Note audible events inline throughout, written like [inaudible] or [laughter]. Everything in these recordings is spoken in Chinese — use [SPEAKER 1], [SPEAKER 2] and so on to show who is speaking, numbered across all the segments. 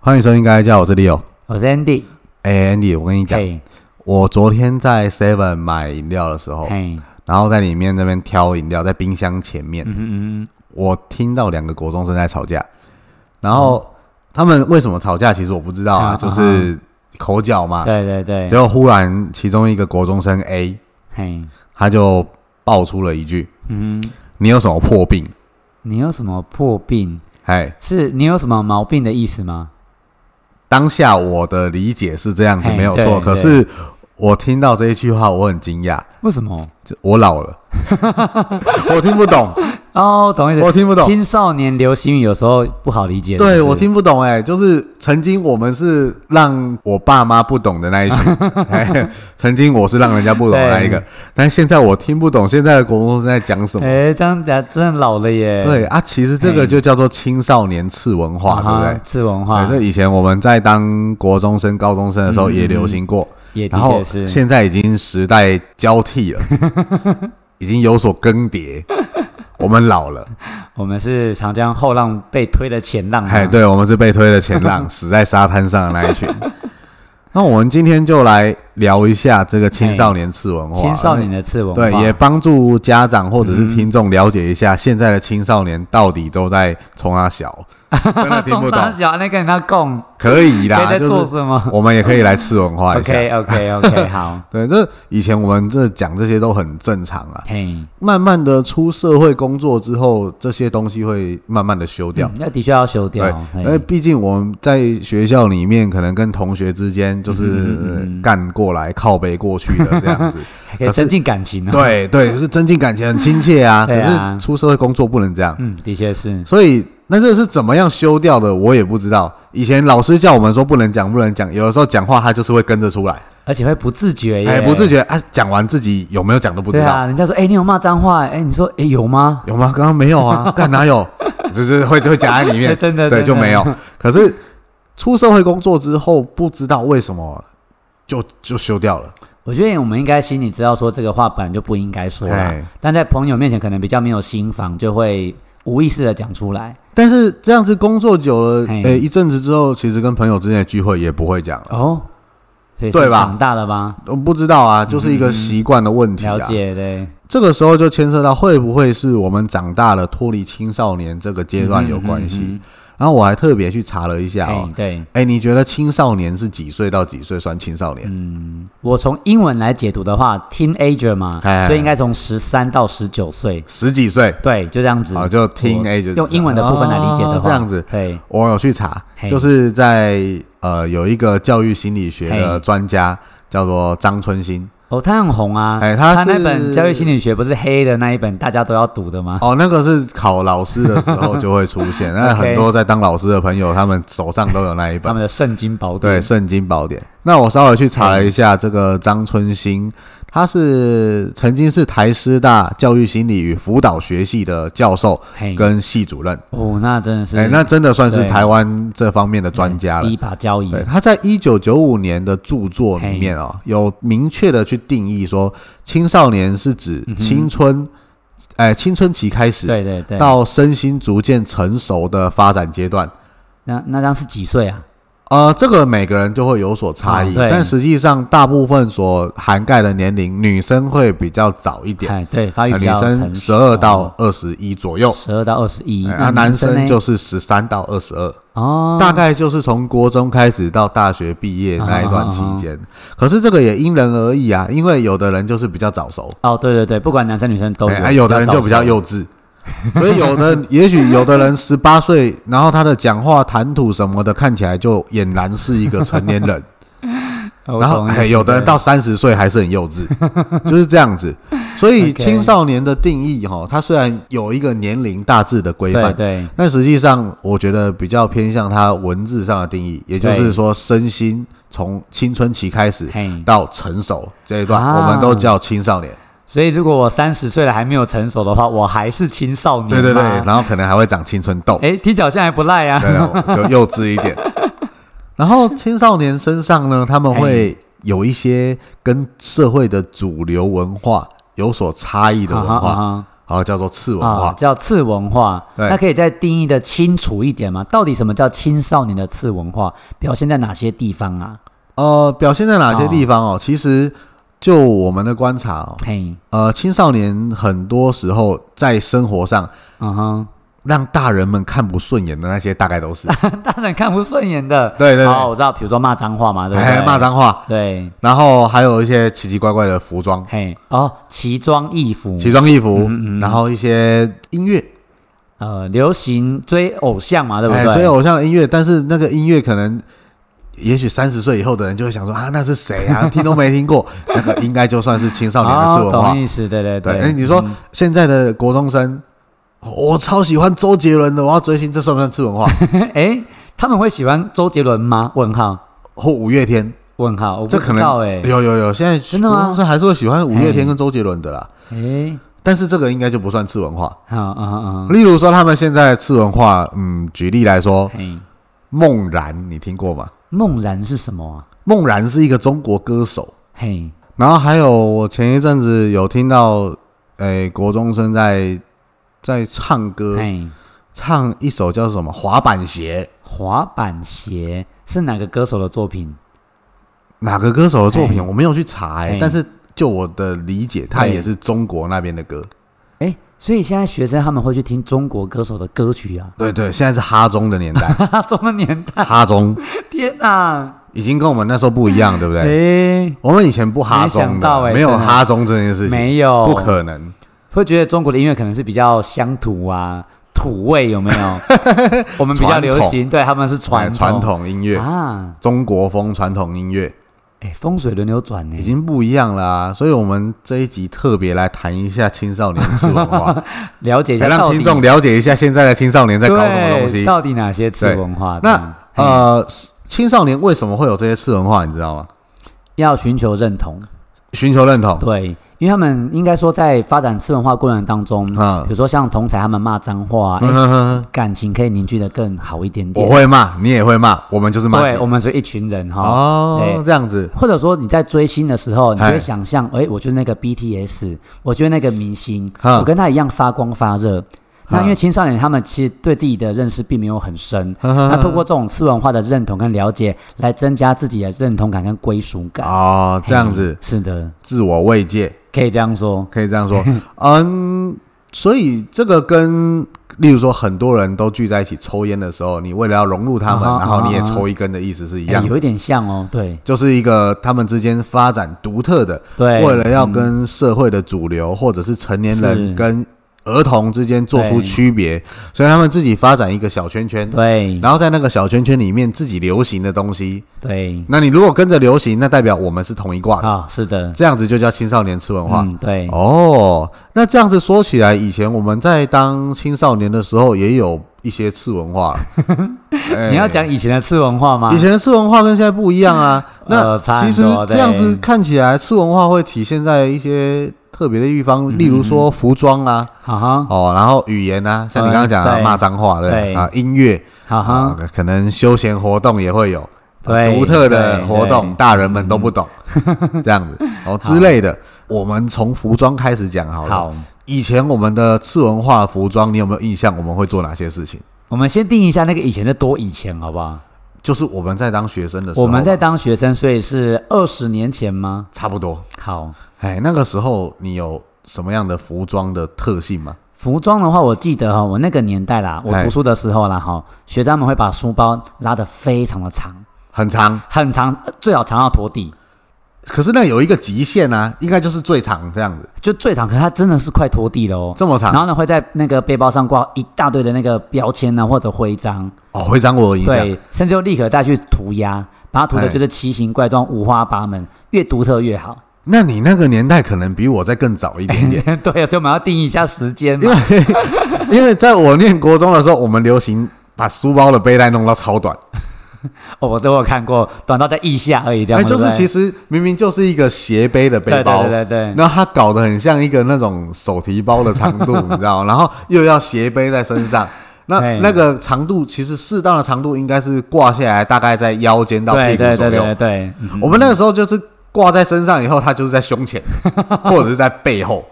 [SPEAKER 1] 欢迎收听《该家》，我是 Leo。
[SPEAKER 2] 我是 Andy，
[SPEAKER 1] 哎、a n d y 我跟你讲，
[SPEAKER 2] 哦嘿，
[SPEAKER 1] 我昨天在 Seven 买饮料的时候，
[SPEAKER 2] 嘿，
[SPEAKER 1] 然后在里面那边挑饮料，在冰箱前面，
[SPEAKER 2] 嗯嗯嗯，
[SPEAKER 1] 我听到两个国中生在吵架，然后、他们为什么吵架，其实我不知道啊，
[SPEAKER 2] 嗯
[SPEAKER 1] 就是口角嘛。
[SPEAKER 2] 对对对，
[SPEAKER 1] 结果忽然其中一个国中生 A，
[SPEAKER 2] 嘿，
[SPEAKER 1] 他就爆出了一句
[SPEAKER 2] 嗯，：“
[SPEAKER 1] 你有什么破病
[SPEAKER 2] 你有什么破病？？”
[SPEAKER 1] 哎，
[SPEAKER 2] 是你有什么毛病的意思吗？
[SPEAKER 1] 当下我的理解是这样子，
[SPEAKER 2] 嘿
[SPEAKER 1] 没有
[SPEAKER 2] 对
[SPEAKER 1] 错。可
[SPEAKER 2] 对
[SPEAKER 1] 是我听到这一句话，我很惊讶。
[SPEAKER 2] 为什么？
[SPEAKER 1] 这我老
[SPEAKER 2] [laughs]
[SPEAKER 1] 了，我听不懂，
[SPEAKER 2] 哦，懂意思，
[SPEAKER 1] 我听不懂。
[SPEAKER 2] 青少年流行语有时候不好理解，是不
[SPEAKER 1] 对
[SPEAKER 2] 是
[SPEAKER 1] 我，听不懂哎、就是曾经我们是让我爸妈不懂的那一
[SPEAKER 2] [laughs]
[SPEAKER 1] 群，哎曾经我是让人家不懂的那一个
[SPEAKER 2] 对，
[SPEAKER 1] 但现在我听不懂现在的国中生在讲什么。
[SPEAKER 2] 哎，这样讲真的老了耶，
[SPEAKER 1] 对啊，其实这个
[SPEAKER 2] 嘿
[SPEAKER 1] 就叫做青少年次文化，
[SPEAKER 2] 啊
[SPEAKER 1] 对不
[SPEAKER 2] 哈，
[SPEAKER 1] 对？
[SPEAKER 2] 次文
[SPEAKER 1] 反
[SPEAKER 2] 化
[SPEAKER 1] 正以前我们在当国中生、高中生的时候
[SPEAKER 2] 嗯
[SPEAKER 1] 也流行过，
[SPEAKER 2] 也的
[SPEAKER 1] 然后
[SPEAKER 2] 确是，
[SPEAKER 1] 现在已经时代交替了，
[SPEAKER 2] [laughs]
[SPEAKER 1] 已经有所更迭，我们老了。
[SPEAKER 2] 我们是长江后浪被推的前
[SPEAKER 1] [laughs]
[SPEAKER 2] 浪嘛，啊
[SPEAKER 1] 哎，对，我们是被推的前
[SPEAKER 2] [laughs]
[SPEAKER 1] 浪，死在沙滩上的那一群。那我们今天就来聊一下这个青少年次文化，
[SPEAKER 2] 青少年的次文化，嗯
[SPEAKER 1] 对，
[SPEAKER 2] [laughs]
[SPEAKER 1] 也帮助家长或者是听众了解一下现在的青少年到底都在冲啊
[SPEAKER 2] [laughs]
[SPEAKER 1] 小，真的听不
[SPEAKER 2] 中
[SPEAKER 1] 懂
[SPEAKER 2] 山，小那跟人家共，
[SPEAKER 1] 可以
[SPEAKER 2] 可以
[SPEAKER 1] 啦，
[SPEAKER 2] 在
[SPEAKER 1] 就
[SPEAKER 2] 做
[SPEAKER 1] 是
[SPEAKER 2] 什么
[SPEAKER 1] 我们也可以来次文化一下。
[SPEAKER 2] ？OK OK OK，好，
[SPEAKER 1] [laughs] 对，这以前我们这讲这些都很正常啊。
[SPEAKER 2] 嘿。
[SPEAKER 1] 慢慢的出社会工作之后，这些东西会慢慢的修掉。
[SPEAKER 2] 嗯那的确要修掉。
[SPEAKER 1] 对，呃
[SPEAKER 2] 嘿
[SPEAKER 1] 因为毕竟我们在学校里面，可能跟同学之间就是
[SPEAKER 2] 嗯嗯嗯嗯
[SPEAKER 1] 呃干过来、靠背过去的这
[SPEAKER 2] [laughs]
[SPEAKER 1] 样子。
[SPEAKER 2] 还可以
[SPEAKER 1] 可是
[SPEAKER 2] 增进感情啊。，
[SPEAKER 1] 对对，就是增进感情，很亲切啊。可
[SPEAKER 2] 对啊
[SPEAKER 1] 是出社会工作不能这样，
[SPEAKER 2] [laughs] 嗯，的确是。
[SPEAKER 1] 所以那这是怎么样修掉的，我也不知道。以前老师叫我们说不能讲，不能讲，有的时候讲话他就是会跟着出来，
[SPEAKER 2] 而且会不自觉耶，
[SPEAKER 1] 哎，不自觉啊，讲完自己有没有讲都不知
[SPEAKER 2] 对
[SPEAKER 1] 道，
[SPEAKER 2] 啊，人家说，哎、你有骂脏话？哎、你说，哎、有吗？，
[SPEAKER 1] 有吗？刚刚没有啊，干哪有？就是会会夹在里面
[SPEAKER 2] [laughs] 真的，
[SPEAKER 1] 对，
[SPEAKER 2] 真的
[SPEAKER 1] 就没有。可是出社会工作之后，不知道为什么就就休掉了。
[SPEAKER 2] 我觉得我们应该心里知道，说这个话本来就不应该说啦
[SPEAKER 1] 哎，
[SPEAKER 2] 但在朋友面前可能比较没有心防，就会无意识的讲出来。
[SPEAKER 1] 但是这样子工作久了，
[SPEAKER 2] 嘿
[SPEAKER 1] 诶、一阵子之后，其实跟朋友之间的聚会也不会讲了。
[SPEAKER 2] 哦，所以是
[SPEAKER 1] 对吧
[SPEAKER 2] 长大了吧？
[SPEAKER 1] 我不知道啊，就是一个习惯的问题啊。
[SPEAKER 2] 嗯了解，对，
[SPEAKER 1] 这个时候就牵涉到会不会是我们长大了脱离青少年这个阶段有关系。
[SPEAKER 2] 嗯
[SPEAKER 1] 然后我还特别去查了一下
[SPEAKER 2] 哎、
[SPEAKER 1] 哦，
[SPEAKER 2] 对，
[SPEAKER 1] 哎、你觉得青少年是几岁到几岁算青少年？
[SPEAKER 2] 嗯，我从英文来解读的话，teenager 嘛，
[SPEAKER 1] 哎
[SPEAKER 2] 所以应该从十三到十九岁，
[SPEAKER 1] 十几岁？
[SPEAKER 2] 对，就这样子。
[SPEAKER 1] 好，哦就听
[SPEAKER 2] 我
[SPEAKER 1] A 就
[SPEAKER 2] 用英文的部分来理解的话，
[SPEAKER 1] 哦这样子。
[SPEAKER 2] 对，
[SPEAKER 1] 我有去查，
[SPEAKER 2] 嘿
[SPEAKER 1] 就是在呃有一个教育心理学的
[SPEAKER 2] 嘿
[SPEAKER 1] 专家叫做张春兴，
[SPEAKER 2] 哦，他很红啊，
[SPEAKER 1] 哎他
[SPEAKER 2] 他
[SPEAKER 1] 是
[SPEAKER 2] 那本教育心理学不是黑的那一本，大家都要读的吗？
[SPEAKER 1] 哦，那个是考老师的时候就会出
[SPEAKER 2] [laughs]
[SPEAKER 1] 现，那
[SPEAKER 2] OK
[SPEAKER 1] 很多在当老师的朋友，他们手上都有那一
[SPEAKER 2] 他
[SPEAKER 1] 本。
[SPEAKER 2] 们的圣经宝典，
[SPEAKER 1] 对《圣经宝典》，那我稍微去查了一下，这个张春兴，他是曾经是台师大教育心理与辅导学系的教授
[SPEAKER 2] 嘿，
[SPEAKER 1] 跟系主任，
[SPEAKER 2] 哦，那真的是，
[SPEAKER 1] 哎，那真的算是
[SPEAKER 2] 对
[SPEAKER 1] 台湾这方面的专家了
[SPEAKER 2] 第一。把交椅，
[SPEAKER 1] 对，他在一九九五年的著作里面哦，有明确的去定义说，青少年是指
[SPEAKER 2] 嗯哼
[SPEAKER 1] 青春，哎、青春期开始
[SPEAKER 2] 对对对，
[SPEAKER 1] 到身心逐渐成熟的发展阶段。
[SPEAKER 2] 那那张是几岁啊？
[SPEAKER 1] 呃，这个每个人就会有所差异，
[SPEAKER 2] 啊对
[SPEAKER 1] 但实际上大部分所涵盖的年龄，女生会比较早一点，
[SPEAKER 2] 哎，对，发育
[SPEAKER 1] 呃
[SPEAKER 2] 比
[SPEAKER 1] 女
[SPEAKER 2] 较
[SPEAKER 1] 生
[SPEAKER 2] 成哦
[SPEAKER 1] 十二到二十一左右，
[SPEAKER 2] 十二到二十一，
[SPEAKER 1] 哎
[SPEAKER 2] 那
[SPEAKER 1] 啊，男生
[SPEAKER 2] 呢
[SPEAKER 1] 就是十三到二十二。
[SPEAKER 2] 哦，
[SPEAKER 1] 大概就是从国中开始到大学毕业那一段期
[SPEAKER 2] 嗯
[SPEAKER 1] 间。可是这个也因人而异啊，因为有的人就是比较早熟，
[SPEAKER 2] 哦，对对对，不管男生女生都有，
[SPEAKER 1] 哎，有的人就比较
[SPEAKER 2] 早熟，
[SPEAKER 1] 幼稚。所以有
[SPEAKER 2] [laughs]
[SPEAKER 1] 的，也许有的人十八岁，然后他的讲话、谈吐什么的，看起来就俨然是一个成年人。
[SPEAKER 2] [laughs] 哦我
[SPEAKER 1] 然后，
[SPEAKER 2] 懂意思
[SPEAKER 1] 哎，有的人
[SPEAKER 2] 对
[SPEAKER 1] 到三十岁还是很幼稚，就是这样子。所以
[SPEAKER 2] [laughs] OK
[SPEAKER 1] 青少年的定义，哈，它虽然有一个年龄大致的规范
[SPEAKER 2] 对，对
[SPEAKER 1] 但实际上，我觉得比较偏向它文字上的定义，也就是说，身心从青春期开始
[SPEAKER 2] 嘿，
[SPEAKER 1] 到成熟这一段，
[SPEAKER 2] 啊
[SPEAKER 1] 我们都叫青少年。
[SPEAKER 2] 所以如果我三十岁了还没有成熟的话，我还是青少年，
[SPEAKER 1] 对对对，，然后可能还会长青春痘，
[SPEAKER 2] 哎，踢脚线还不赖啊，
[SPEAKER 1] 对，我就幼稚一
[SPEAKER 2] [laughs]
[SPEAKER 1] 点。然后青少年身上呢，他们会有一些跟社会的主流文化有所差异的文
[SPEAKER 2] 啊哈
[SPEAKER 1] 化。
[SPEAKER 2] 哈哈
[SPEAKER 1] 然后叫做次文化。
[SPEAKER 2] 啊，叫次文化。
[SPEAKER 1] 对
[SPEAKER 2] 那可以再定义的清楚一点吗？到底什么叫青少年的次文化？表现在哪些地方啊？
[SPEAKER 1] 呃，表现在哪些地方哦？其实就我们的观察哦，
[SPEAKER 2] 嘿，
[SPEAKER 1] 呃，青少年很多时候在生活上
[SPEAKER 2] 嗯哼， [laughs]
[SPEAKER 1] 让大人们看不顺眼的那些，大概都是
[SPEAKER 2] 大人看不顺眼的。
[SPEAKER 1] 对对对
[SPEAKER 2] 哦，我知道，比如说骂脏话 [laughs] 嘛，对不
[SPEAKER 1] 哎
[SPEAKER 2] 对？
[SPEAKER 1] 骂。脏话，
[SPEAKER 2] 对，
[SPEAKER 1] 然后还有一些奇奇怪怪的服装、
[SPEAKER 2] 嘿，哦，奇装异服，
[SPEAKER 1] 奇装异服，
[SPEAKER 2] 嗯嗯嗯
[SPEAKER 1] 然后一些音乐，
[SPEAKER 2] 呃，流行追偶像嘛，对不
[SPEAKER 1] 哎，
[SPEAKER 2] 对？
[SPEAKER 1] 追偶像的音乐，但是那个音乐可能。也许三十岁以后的人就会想说啊，那是谁
[SPEAKER 2] [laughs]
[SPEAKER 1] 啊？听都没听过，那个应该就算是青少年的次文
[SPEAKER 2] 哦，
[SPEAKER 1] 化
[SPEAKER 2] 懂。意思，对对
[SPEAKER 1] 对，哎、你说
[SPEAKER 2] 嗯
[SPEAKER 1] 现在的国中生，哦我超喜欢周杰伦的，我要追星，这算不算次文化？
[SPEAKER 2] [laughs] 哎，他们会喜欢周杰伦吗？问号，
[SPEAKER 1] 或五月天，
[SPEAKER 2] 问号，我不
[SPEAKER 1] 这可
[SPEAKER 2] 知道
[SPEAKER 1] 能
[SPEAKER 2] 哎，
[SPEAKER 1] 有有有，现在
[SPEAKER 2] 真的吗
[SPEAKER 1] 国中生还是会喜欢五月天
[SPEAKER 2] 嘿
[SPEAKER 1] 跟周杰伦的啦。
[SPEAKER 2] 哎，
[SPEAKER 1] 但是这个应该就不算次文化。
[SPEAKER 2] 好啊啊，
[SPEAKER 1] 例如说，他们现在的次文化，嗯，举例来说，
[SPEAKER 2] 嘿，
[SPEAKER 1] 梦然，你听过吗？
[SPEAKER 2] 梦然是什么啊？
[SPEAKER 1] 梦然是一个中国歌手，
[SPEAKER 2] 嘿，
[SPEAKER 1] 然后还有我前一阵子有听到，诶、国中生在在唱歌，
[SPEAKER 2] 嘿，
[SPEAKER 1] 唱一首叫什么《滑板鞋》，
[SPEAKER 2] 滑板鞋是哪个歌手的作品？
[SPEAKER 1] 哪个歌手的作
[SPEAKER 2] 嘿
[SPEAKER 1] 品我没有去查、欸
[SPEAKER 2] 嘿，
[SPEAKER 1] 但是就我的理解，它
[SPEAKER 2] 对
[SPEAKER 1] 也是中国那边的歌。
[SPEAKER 2] 哎，所以现在学生他们会去听中国歌手的歌曲啊，
[SPEAKER 1] 对对，现在是哈中的年代，[laughs]
[SPEAKER 2] [laughs] 哈哈，中的年代，
[SPEAKER 1] 哈中
[SPEAKER 2] 天哪，
[SPEAKER 1] 已经跟我们那时候不一样，对不对？
[SPEAKER 2] 哎，
[SPEAKER 1] 我们以前不哈
[SPEAKER 2] 没
[SPEAKER 1] 中
[SPEAKER 2] 想到
[SPEAKER 1] 的，
[SPEAKER 2] 欸
[SPEAKER 1] 没有
[SPEAKER 2] 真的
[SPEAKER 1] 哈中这件事情，
[SPEAKER 2] 没有，
[SPEAKER 1] 不可能。
[SPEAKER 2] 会觉得中国的音乐可能是比较乡土啊、土味有没 [laughs] 有？我们比较流行，对他们是传
[SPEAKER 1] 传
[SPEAKER 2] 统
[SPEAKER 1] 哎传统音乐，
[SPEAKER 2] 啊，
[SPEAKER 1] 中国风传统音乐
[SPEAKER 2] 哎，风水轮流转呢
[SPEAKER 1] 已，经不一样了啊！所以我们这一集特别来谈一下青少年次文化，
[SPEAKER 2] 了 [laughs] 解一下
[SPEAKER 1] 让
[SPEAKER 2] 到底
[SPEAKER 1] 听众了解一下现在的青少年在搞什么
[SPEAKER 2] 对
[SPEAKER 1] 东西。
[SPEAKER 2] 到底哪些次文化？
[SPEAKER 1] 那
[SPEAKER 2] 这样嘿
[SPEAKER 1] 呃，青少年为什么会有这些次文化？你知道吗？
[SPEAKER 2] 要寻求认同，
[SPEAKER 1] 寻求认同，
[SPEAKER 2] 对，因为他们应该说在发展次文化过程当中，
[SPEAKER 1] 嗯
[SPEAKER 2] 比如说像同才他们骂脏话，哎
[SPEAKER 1] 嗯哼哼哼
[SPEAKER 2] 感情可以凝聚的更好一点
[SPEAKER 1] [laughs] 我
[SPEAKER 2] 点。
[SPEAKER 1] 会骂，你也会骂，我们就是骂
[SPEAKER 2] 对，
[SPEAKER 1] 街
[SPEAKER 2] 我们是一群人哈。
[SPEAKER 1] 哦
[SPEAKER 2] 对，
[SPEAKER 1] 这样子，
[SPEAKER 2] 或者说你在追星的时候，你就
[SPEAKER 1] 哎
[SPEAKER 2] 会想象，哎、我就是那个 BTS，我就是那个明星，
[SPEAKER 1] 哈
[SPEAKER 2] 我跟他一样发光发热。那
[SPEAKER 1] 哈
[SPEAKER 2] 因为青少年他们其实对自己的认识并没有很深，
[SPEAKER 1] 呵呵呵
[SPEAKER 2] 那透过这种次文化的认同跟了解，来增加自己的认同感跟归属感。
[SPEAKER 1] 哦，
[SPEAKER 2] 嘿
[SPEAKER 1] 这样子
[SPEAKER 2] 是的，
[SPEAKER 1] 自我慰藉，
[SPEAKER 2] 可以这样说。
[SPEAKER 1] 可以这样
[SPEAKER 2] [laughs]
[SPEAKER 1] 说，嗯，所以这个跟。例如说，很多人都聚在一起抽烟的时候，你为了要融入他们，
[SPEAKER 2] 啊哈
[SPEAKER 1] 然后你也
[SPEAKER 2] 啊哈
[SPEAKER 1] 抽一根的意思是一
[SPEAKER 2] 哎
[SPEAKER 1] 样的，
[SPEAKER 2] 有一点像哦，对
[SPEAKER 1] 就是一个他们之间发展独特的，
[SPEAKER 2] 对，嗯
[SPEAKER 1] 为了要跟社会的主流或者是成年人
[SPEAKER 2] 是
[SPEAKER 1] 跟儿童之间做出
[SPEAKER 2] 对
[SPEAKER 1] 区别，所以他们自己发展一个小圈圈，
[SPEAKER 2] 对
[SPEAKER 1] 然后在那个小圈圈里面自己流行的东西，
[SPEAKER 2] 对
[SPEAKER 1] 那你如果跟着流行，那代表我们是同一挂的，
[SPEAKER 2] 啊，是的，
[SPEAKER 1] 这样子就叫青少年次文化。
[SPEAKER 2] 嗯，对，
[SPEAKER 1] 哦，那这样子说起来，以前我们在当青少年的时候，也有一些次文
[SPEAKER 2] [laughs]
[SPEAKER 1] 化。哎
[SPEAKER 2] 你要讲以前的次文化吗
[SPEAKER 1] 以？前的次文化跟现在不一样
[SPEAKER 2] [laughs]
[SPEAKER 1] 啊。那
[SPEAKER 2] 呃差很
[SPEAKER 1] 其实
[SPEAKER 2] 多
[SPEAKER 1] 这样子
[SPEAKER 2] 对
[SPEAKER 1] 看起来，次文化会体现在一些特别的地
[SPEAKER 2] 嗯
[SPEAKER 1] 方，例如说服装啊，
[SPEAKER 2] 好哈，
[SPEAKER 1] 哦，然后语言啊，像你刚刚讲的
[SPEAKER 2] 对
[SPEAKER 1] 骂脏话对不对
[SPEAKER 2] 对
[SPEAKER 1] 啊，音乐
[SPEAKER 2] 好
[SPEAKER 1] 啊
[SPEAKER 2] 哈，，
[SPEAKER 1] 可能休闲活动也会有，啊
[SPEAKER 2] 对
[SPEAKER 1] 独特的活动，
[SPEAKER 2] 对嗯
[SPEAKER 1] 大人们都不懂，这样子哦之类的。我们从服装开始讲好了。
[SPEAKER 2] 好。
[SPEAKER 1] 以前我们的次文化服装，你有没有印象？我们会做哪些事情？
[SPEAKER 2] 我们先定一下那个以前的多以前，好不好？
[SPEAKER 1] 就是我们在当学生的时候，
[SPEAKER 2] 我们在当学生，所以是二十年前吗？
[SPEAKER 1] 差不多。
[SPEAKER 2] 好，
[SPEAKER 1] 哎，那个时候你有什么样的服装的特性吗？
[SPEAKER 2] 服装的话，我记得哈、我那个年代啦，我
[SPEAKER 1] 哎
[SPEAKER 2] 读书的时候啦哈、学长们会把书包拉得非常的长，
[SPEAKER 1] 很长，
[SPEAKER 2] 很长，呃最好长到拖地，
[SPEAKER 1] 可是那有一个极限啊，应该就是最长这样子，
[SPEAKER 2] 就最长，可是它真的是快拖地了哦。
[SPEAKER 1] 这么长
[SPEAKER 2] 然后呢，会在那个背包上挂一大堆的那个标签啊，或者徽章，
[SPEAKER 1] 哦。徽章我有印象，
[SPEAKER 2] 对，甚至又立刻带去涂鸦，把它涂的
[SPEAKER 1] 哎
[SPEAKER 2] 就是奇形怪状、五花八门，越独特越好。
[SPEAKER 1] 那你那个年代可能比我再更早一点
[SPEAKER 2] [laughs]
[SPEAKER 1] 点，
[SPEAKER 2] 对，所以我们要定义一下时间嘛。
[SPEAKER 1] 因为在我念国中的时候，我们流行把书包的背带弄到超短，
[SPEAKER 2] 哦，我都有看过，短到在腋下而已，这样、
[SPEAKER 1] 哎，就是其
[SPEAKER 2] 实
[SPEAKER 1] 实明明就是一个斜背的背包，
[SPEAKER 2] 对对对对对
[SPEAKER 1] 然后它搞得很像一个那种手提包的长
[SPEAKER 2] [laughs]
[SPEAKER 1] 度，你知道吗？然后又要斜背在身上。那
[SPEAKER 2] 嘿
[SPEAKER 1] 那个长度其实适当的长度应该是挂下来，大概在腰间到屁
[SPEAKER 2] 对
[SPEAKER 1] 股
[SPEAKER 2] 对
[SPEAKER 1] 左
[SPEAKER 2] 对
[SPEAKER 1] 右。
[SPEAKER 2] 对对，嗯
[SPEAKER 1] 我们那个
[SPEAKER 2] [laughs]
[SPEAKER 1] 时候就是挂在身上以后，它就是在胸前，或者是在背后。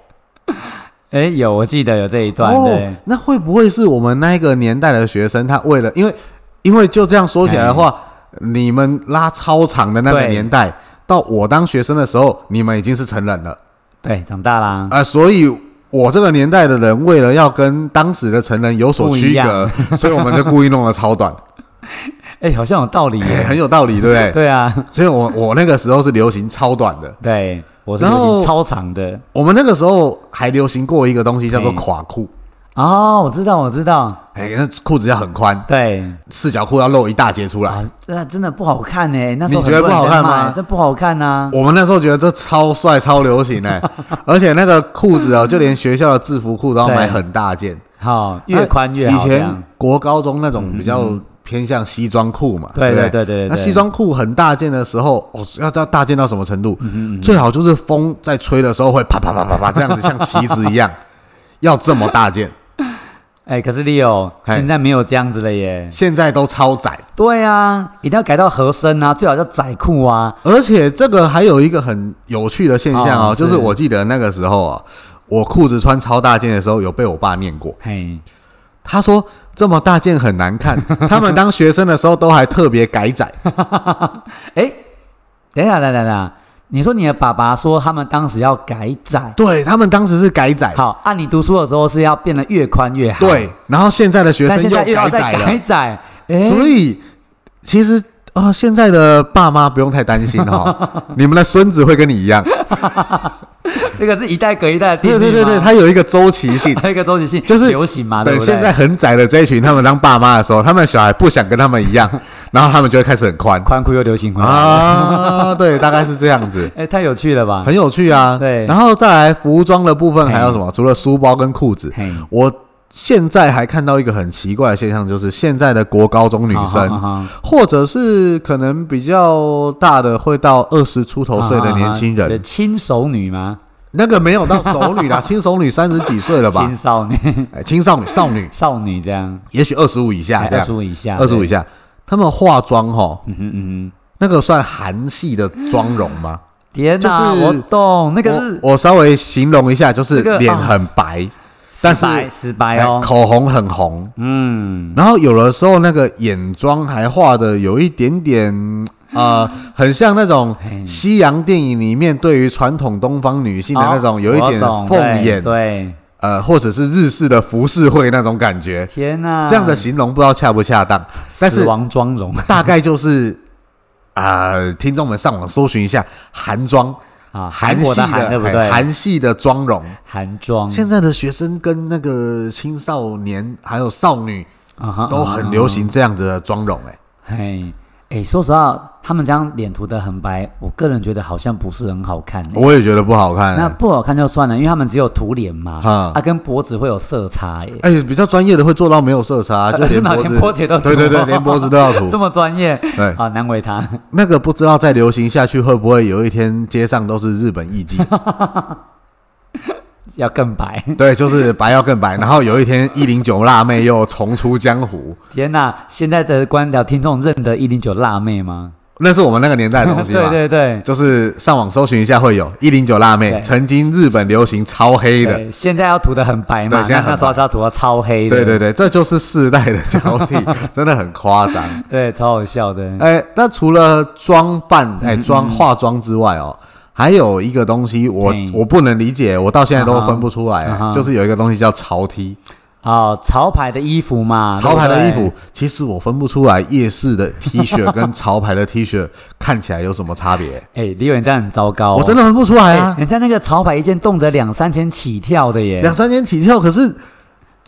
[SPEAKER 2] 哎，有，我记得有这一段，
[SPEAKER 1] 哦
[SPEAKER 2] 对，，
[SPEAKER 1] 那会不会是我们那个年代的学生？他为了因为因为就这样说起来的话，你们拉超长的那个
[SPEAKER 2] 对
[SPEAKER 1] 年代，到我当学生的时候，你们已经是成人了
[SPEAKER 2] 对，长大啦，
[SPEAKER 1] 啊、所以。我这个年代的人，为了要跟当时的成人有所
[SPEAKER 2] 不一
[SPEAKER 1] 区隔， [laughs] 所以我们就故意弄得超
[SPEAKER 2] [laughs]
[SPEAKER 1] 短，
[SPEAKER 2] 哎，好像有道理
[SPEAKER 1] 哎
[SPEAKER 2] 耶，
[SPEAKER 1] 很有道理，对不对？
[SPEAKER 2] 对啊，
[SPEAKER 1] 所以我我那个时候是流行超短的，
[SPEAKER 2] 对，我是
[SPEAKER 1] 然后
[SPEAKER 2] 流行超长的，
[SPEAKER 1] 我们那个时候还流行过一个东西叫做
[SPEAKER 2] 嘿
[SPEAKER 1] 垮裤，
[SPEAKER 2] 哦，我知道，我知道，
[SPEAKER 1] 哎、那裤子要很宽，
[SPEAKER 2] 对，
[SPEAKER 1] 四角裤要露一大截出来。
[SPEAKER 2] 啊，这真的不好看呢，那时候
[SPEAKER 1] 你觉得
[SPEAKER 2] 很多人
[SPEAKER 1] 不好
[SPEAKER 2] 在
[SPEAKER 1] 看吗
[SPEAKER 2] 卖这不好看啊呐，
[SPEAKER 1] 我们那时候觉得这超帅、超流行
[SPEAKER 2] [laughs]
[SPEAKER 1] 哎、而且那个裤子哦，就连学校的制服裤都要买很大件，
[SPEAKER 2] 好，越宽越
[SPEAKER 1] 以
[SPEAKER 2] 好，这
[SPEAKER 1] 前
[SPEAKER 2] 样，
[SPEAKER 1] 国高中那种比较偏向西装裤嘛，
[SPEAKER 2] 对
[SPEAKER 1] 不对
[SPEAKER 2] 对对对对，
[SPEAKER 1] 那西装裤很大件的时候，哦，要到大件到什么程度？
[SPEAKER 2] 嗯
[SPEAKER 1] 最好就是风在吹的时候会啪啪啪啪啪这样子，像旗子一
[SPEAKER 2] [laughs]
[SPEAKER 1] 样，要这么大件。
[SPEAKER 2] 哎、可是 Leo
[SPEAKER 1] 嘿
[SPEAKER 2] 现在没有这样子了耶。
[SPEAKER 1] 现在都超窄，
[SPEAKER 2] 对啊，一定要改到合身啊，最好叫窄裤啊。
[SPEAKER 1] 而且这个还有一个很有趣的现象哦，
[SPEAKER 2] 哦
[SPEAKER 1] 就是
[SPEAKER 2] 是
[SPEAKER 1] 我记得那个时候啊、我裤子穿超大件的时候，有被我爸念过。
[SPEAKER 2] 嘿，
[SPEAKER 1] 他说这么大件很难看，他们当学生的时候都还特别改
[SPEAKER 2] [laughs]
[SPEAKER 1] 窄。
[SPEAKER 2] 哎，等一下，等一下，等一下，你说你的爸爸说他们当时要改窄，
[SPEAKER 1] 对他们当时是改窄，
[SPEAKER 2] 好，按、你读书的时候是要变得越宽越好，，
[SPEAKER 1] 对，然后现在的学
[SPEAKER 2] 但
[SPEAKER 1] 生
[SPEAKER 2] 现在又要
[SPEAKER 1] 改
[SPEAKER 2] 再
[SPEAKER 1] 窄 [laughs]
[SPEAKER 2] 改
[SPEAKER 1] 了，
[SPEAKER 2] 窄，哎，
[SPEAKER 1] 所以其实啊、呃现在的爸妈不用太担心
[SPEAKER 2] [laughs]
[SPEAKER 1] 哈、哦，你们的孙子会跟你一样，
[SPEAKER 2] 这个是一代隔一代的定律
[SPEAKER 1] 对
[SPEAKER 2] 吗
[SPEAKER 1] 对对对，它有一个周期性。
[SPEAKER 2] 还有一个周期性，
[SPEAKER 1] 就是
[SPEAKER 2] 流行嘛，对
[SPEAKER 1] 等
[SPEAKER 2] 不对？
[SPEAKER 1] 现在很窄的这一群，他们当爸妈的时候，他们的小孩不想跟他们一
[SPEAKER 2] [laughs]
[SPEAKER 1] 样，然后他们就会开始很宽
[SPEAKER 2] 宽裤又流行回来了，
[SPEAKER 1] 啊，对，大概是这样
[SPEAKER 2] [laughs]
[SPEAKER 1] 子。
[SPEAKER 2] 哎、太有趣了吧？
[SPEAKER 1] 很有趣啊。
[SPEAKER 2] 对
[SPEAKER 1] 然后再来服装的部分还有什么？除了书包跟裤子，
[SPEAKER 2] 嘿，
[SPEAKER 1] 我现在还看到一个很奇怪的现象，就是现在的国高中女生，
[SPEAKER 2] 好好好好
[SPEAKER 1] 或者是可能比较大的，会到二十出头岁的年轻
[SPEAKER 2] 好好好啊对
[SPEAKER 1] 人，
[SPEAKER 2] 轻熟女吗？
[SPEAKER 1] 那个没有到熟女
[SPEAKER 2] [laughs]
[SPEAKER 1] 啦，轻熟女三十几岁了吧
[SPEAKER 2] 青？少女、
[SPEAKER 1] 哎，青少女、少女，
[SPEAKER 2] 少女这样。
[SPEAKER 1] 也许二十五以下这
[SPEAKER 2] 哎二
[SPEAKER 1] 样
[SPEAKER 2] 十，五以下，
[SPEAKER 1] 二十五以
[SPEAKER 2] 下。
[SPEAKER 1] 下，他们化妆吼，
[SPEAKER 2] 嗯哼嗯
[SPEAKER 1] 那个算韩系的妆容吗？
[SPEAKER 2] 哼，天哪，
[SPEAKER 1] 就是
[SPEAKER 2] 我懂，那个是
[SPEAKER 1] 我我稍微形容一下，就是
[SPEAKER 2] 这个
[SPEAKER 1] 脸
[SPEAKER 2] 啊
[SPEAKER 1] 很白，但是
[SPEAKER 2] 死白死白
[SPEAKER 1] 哎
[SPEAKER 2] 哦，
[SPEAKER 1] 口红很红，
[SPEAKER 2] 嗯，
[SPEAKER 1] 然后有的时候那个眼妆还画的有一点
[SPEAKER 2] [laughs]
[SPEAKER 1] 点。呃，很像那种西洋电影里面对于传统东方女性的那种
[SPEAKER 2] 哦
[SPEAKER 1] 有一点
[SPEAKER 2] 我懂
[SPEAKER 1] 凤
[SPEAKER 2] 对
[SPEAKER 1] 眼，
[SPEAKER 2] 对，
[SPEAKER 1] 呃，或者是日式的浮世绘那种感觉，
[SPEAKER 2] 天哪，
[SPEAKER 1] 这样的形容不知道恰不恰当，但
[SPEAKER 2] 死
[SPEAKER 1] 是
[SPEAKER 2] 亡妆容
[SPEAKER 1] 大概就是，呃，听众们上网搜寻一下韩妆，
[SPEAKER 2] 啊，
[SPEAKER 1] 韩
[SPEAKER 2] 韩国
[SPEAKER 1] 系
[SPEAKER 2] 的韩对嗯
[SPEAKER 1] 的
[SPEAKER 2] 不对？
[SPEAKER 1] 韩系的妆容，
[SPEAKER 2] 韩妆
[SPEAKER 1] 现在的学生跟那个青少年还有少女
[SPEAKER 2] 嗯
[SPEAKER 1] 都很流，行这样子的妆容、欸，
[SPEAKER 2] 啊哈啊哈嘿。哎，说实话，他们这样脸涂的很白，我个人觉得好像不是很好看。
[SPEAKER 1] 我也觉得不好看、
[SPEAKER 2] 那
[SPEAKER 1] 欸。
[SPEAKER 2] 不好看就算了，因为他们只有涂脸嘛，
[SPEAKER 1] 哈
[SPEAKER 2] 啊，跟脖子会有色差耶，
[SPEAKER 1] 哎、比较专业的会做到没有色差，
[SPEAKER 2] [laughs] 呃
[SPEAKER 1] 啊就连
[SPEAKER 2] 真的
[SPEAKER 1] 脖子，
[SPEAKER 2] 连脖子也都涂
[SPEAKER 1] 对对 [laughs] 对，连脖子都要涂
[SPEAKER 2] [laughs] 这。么专业
[SPEAKER 1] 对，
[SPEAKER 2] 啊，难为他。
[SPEAKER 1] 那个不知道再流行下去会不会有一天街上都是日本艺
[SPEAKER 2] [laughs]
[SPEAKER 1] 妓？
[SPEAKER 2] 要更白。
[SPEAKER 1] 对，就是白要更白，然后有一天一零九辣妹又重出江湖，
[SPEAKER 2] 天哪！现在的官僚听众认得一零九辣妹吗？
[SPEAKER 1] 那是我们那个年代的东西嘛。
[SPEAKER 2] [laughs] 对对对，
[SPEAKER 1] 就是上网搜寻一下会有一零九辣妹，
[SPEAKER 2] 对
[SPEAKER 1] 曾经日本流行超黑的，
[SPEAKER 2] 对现在要涂的很白嘛，
[SPEAKER 1] 对现在
[SPEAKER 2] 那
[SPEAKER 1] 很
[SPEAKER 2] 那时候是要涂的超黑的，
[SPEAKER 1] 对对对，这就是世代的交替， [laughs] 真的很夸张。
[SPEAKER 2] 对，超好笑的。
[SPEAKER 1] 哎，那除了装扮、哎
[SPEAKER 2] 嗯
[SPEAKER 1] 妆化妆之外哦，还有一个东西我
[SPEAKER 2] 嘿
[SPEAKER 1] 我不能理解，我到现在都
[SPEAKER 2] 啊哈
[SPEAKER 1] 分不出来，
[SPEAKER 2] 啊哈
[SPEAKER 1] 就是有一个东西叫潮 T，
[SPEAKER 2] 哦，潮牌的衣服嘛，
[SPEAKER 1] 潮牌的衣
[SPEAKER 2] 啊对
[SPEAKER 1] 服
[SPEAKER 2] 不，
[SPEAKER 1] 其实我分不出来夜市的 T 恤
[SPEAKER 2] [laughs]
[SPEAKER 1] 跟潮牌的 T 恤看起来有什么差别，
[SPEAKER 2] 对。哎，李远这样很糟糕哦，
[SPEAKER 1] 我真的分不出来
[SPEAKER 2] 哎，
[SPEAKER 1] 啊，
[SPEAKER 2] 人家那个潮牌一件动辄两三千起跳的耶，
[SPEAKER 1] 两三千起跳，可是。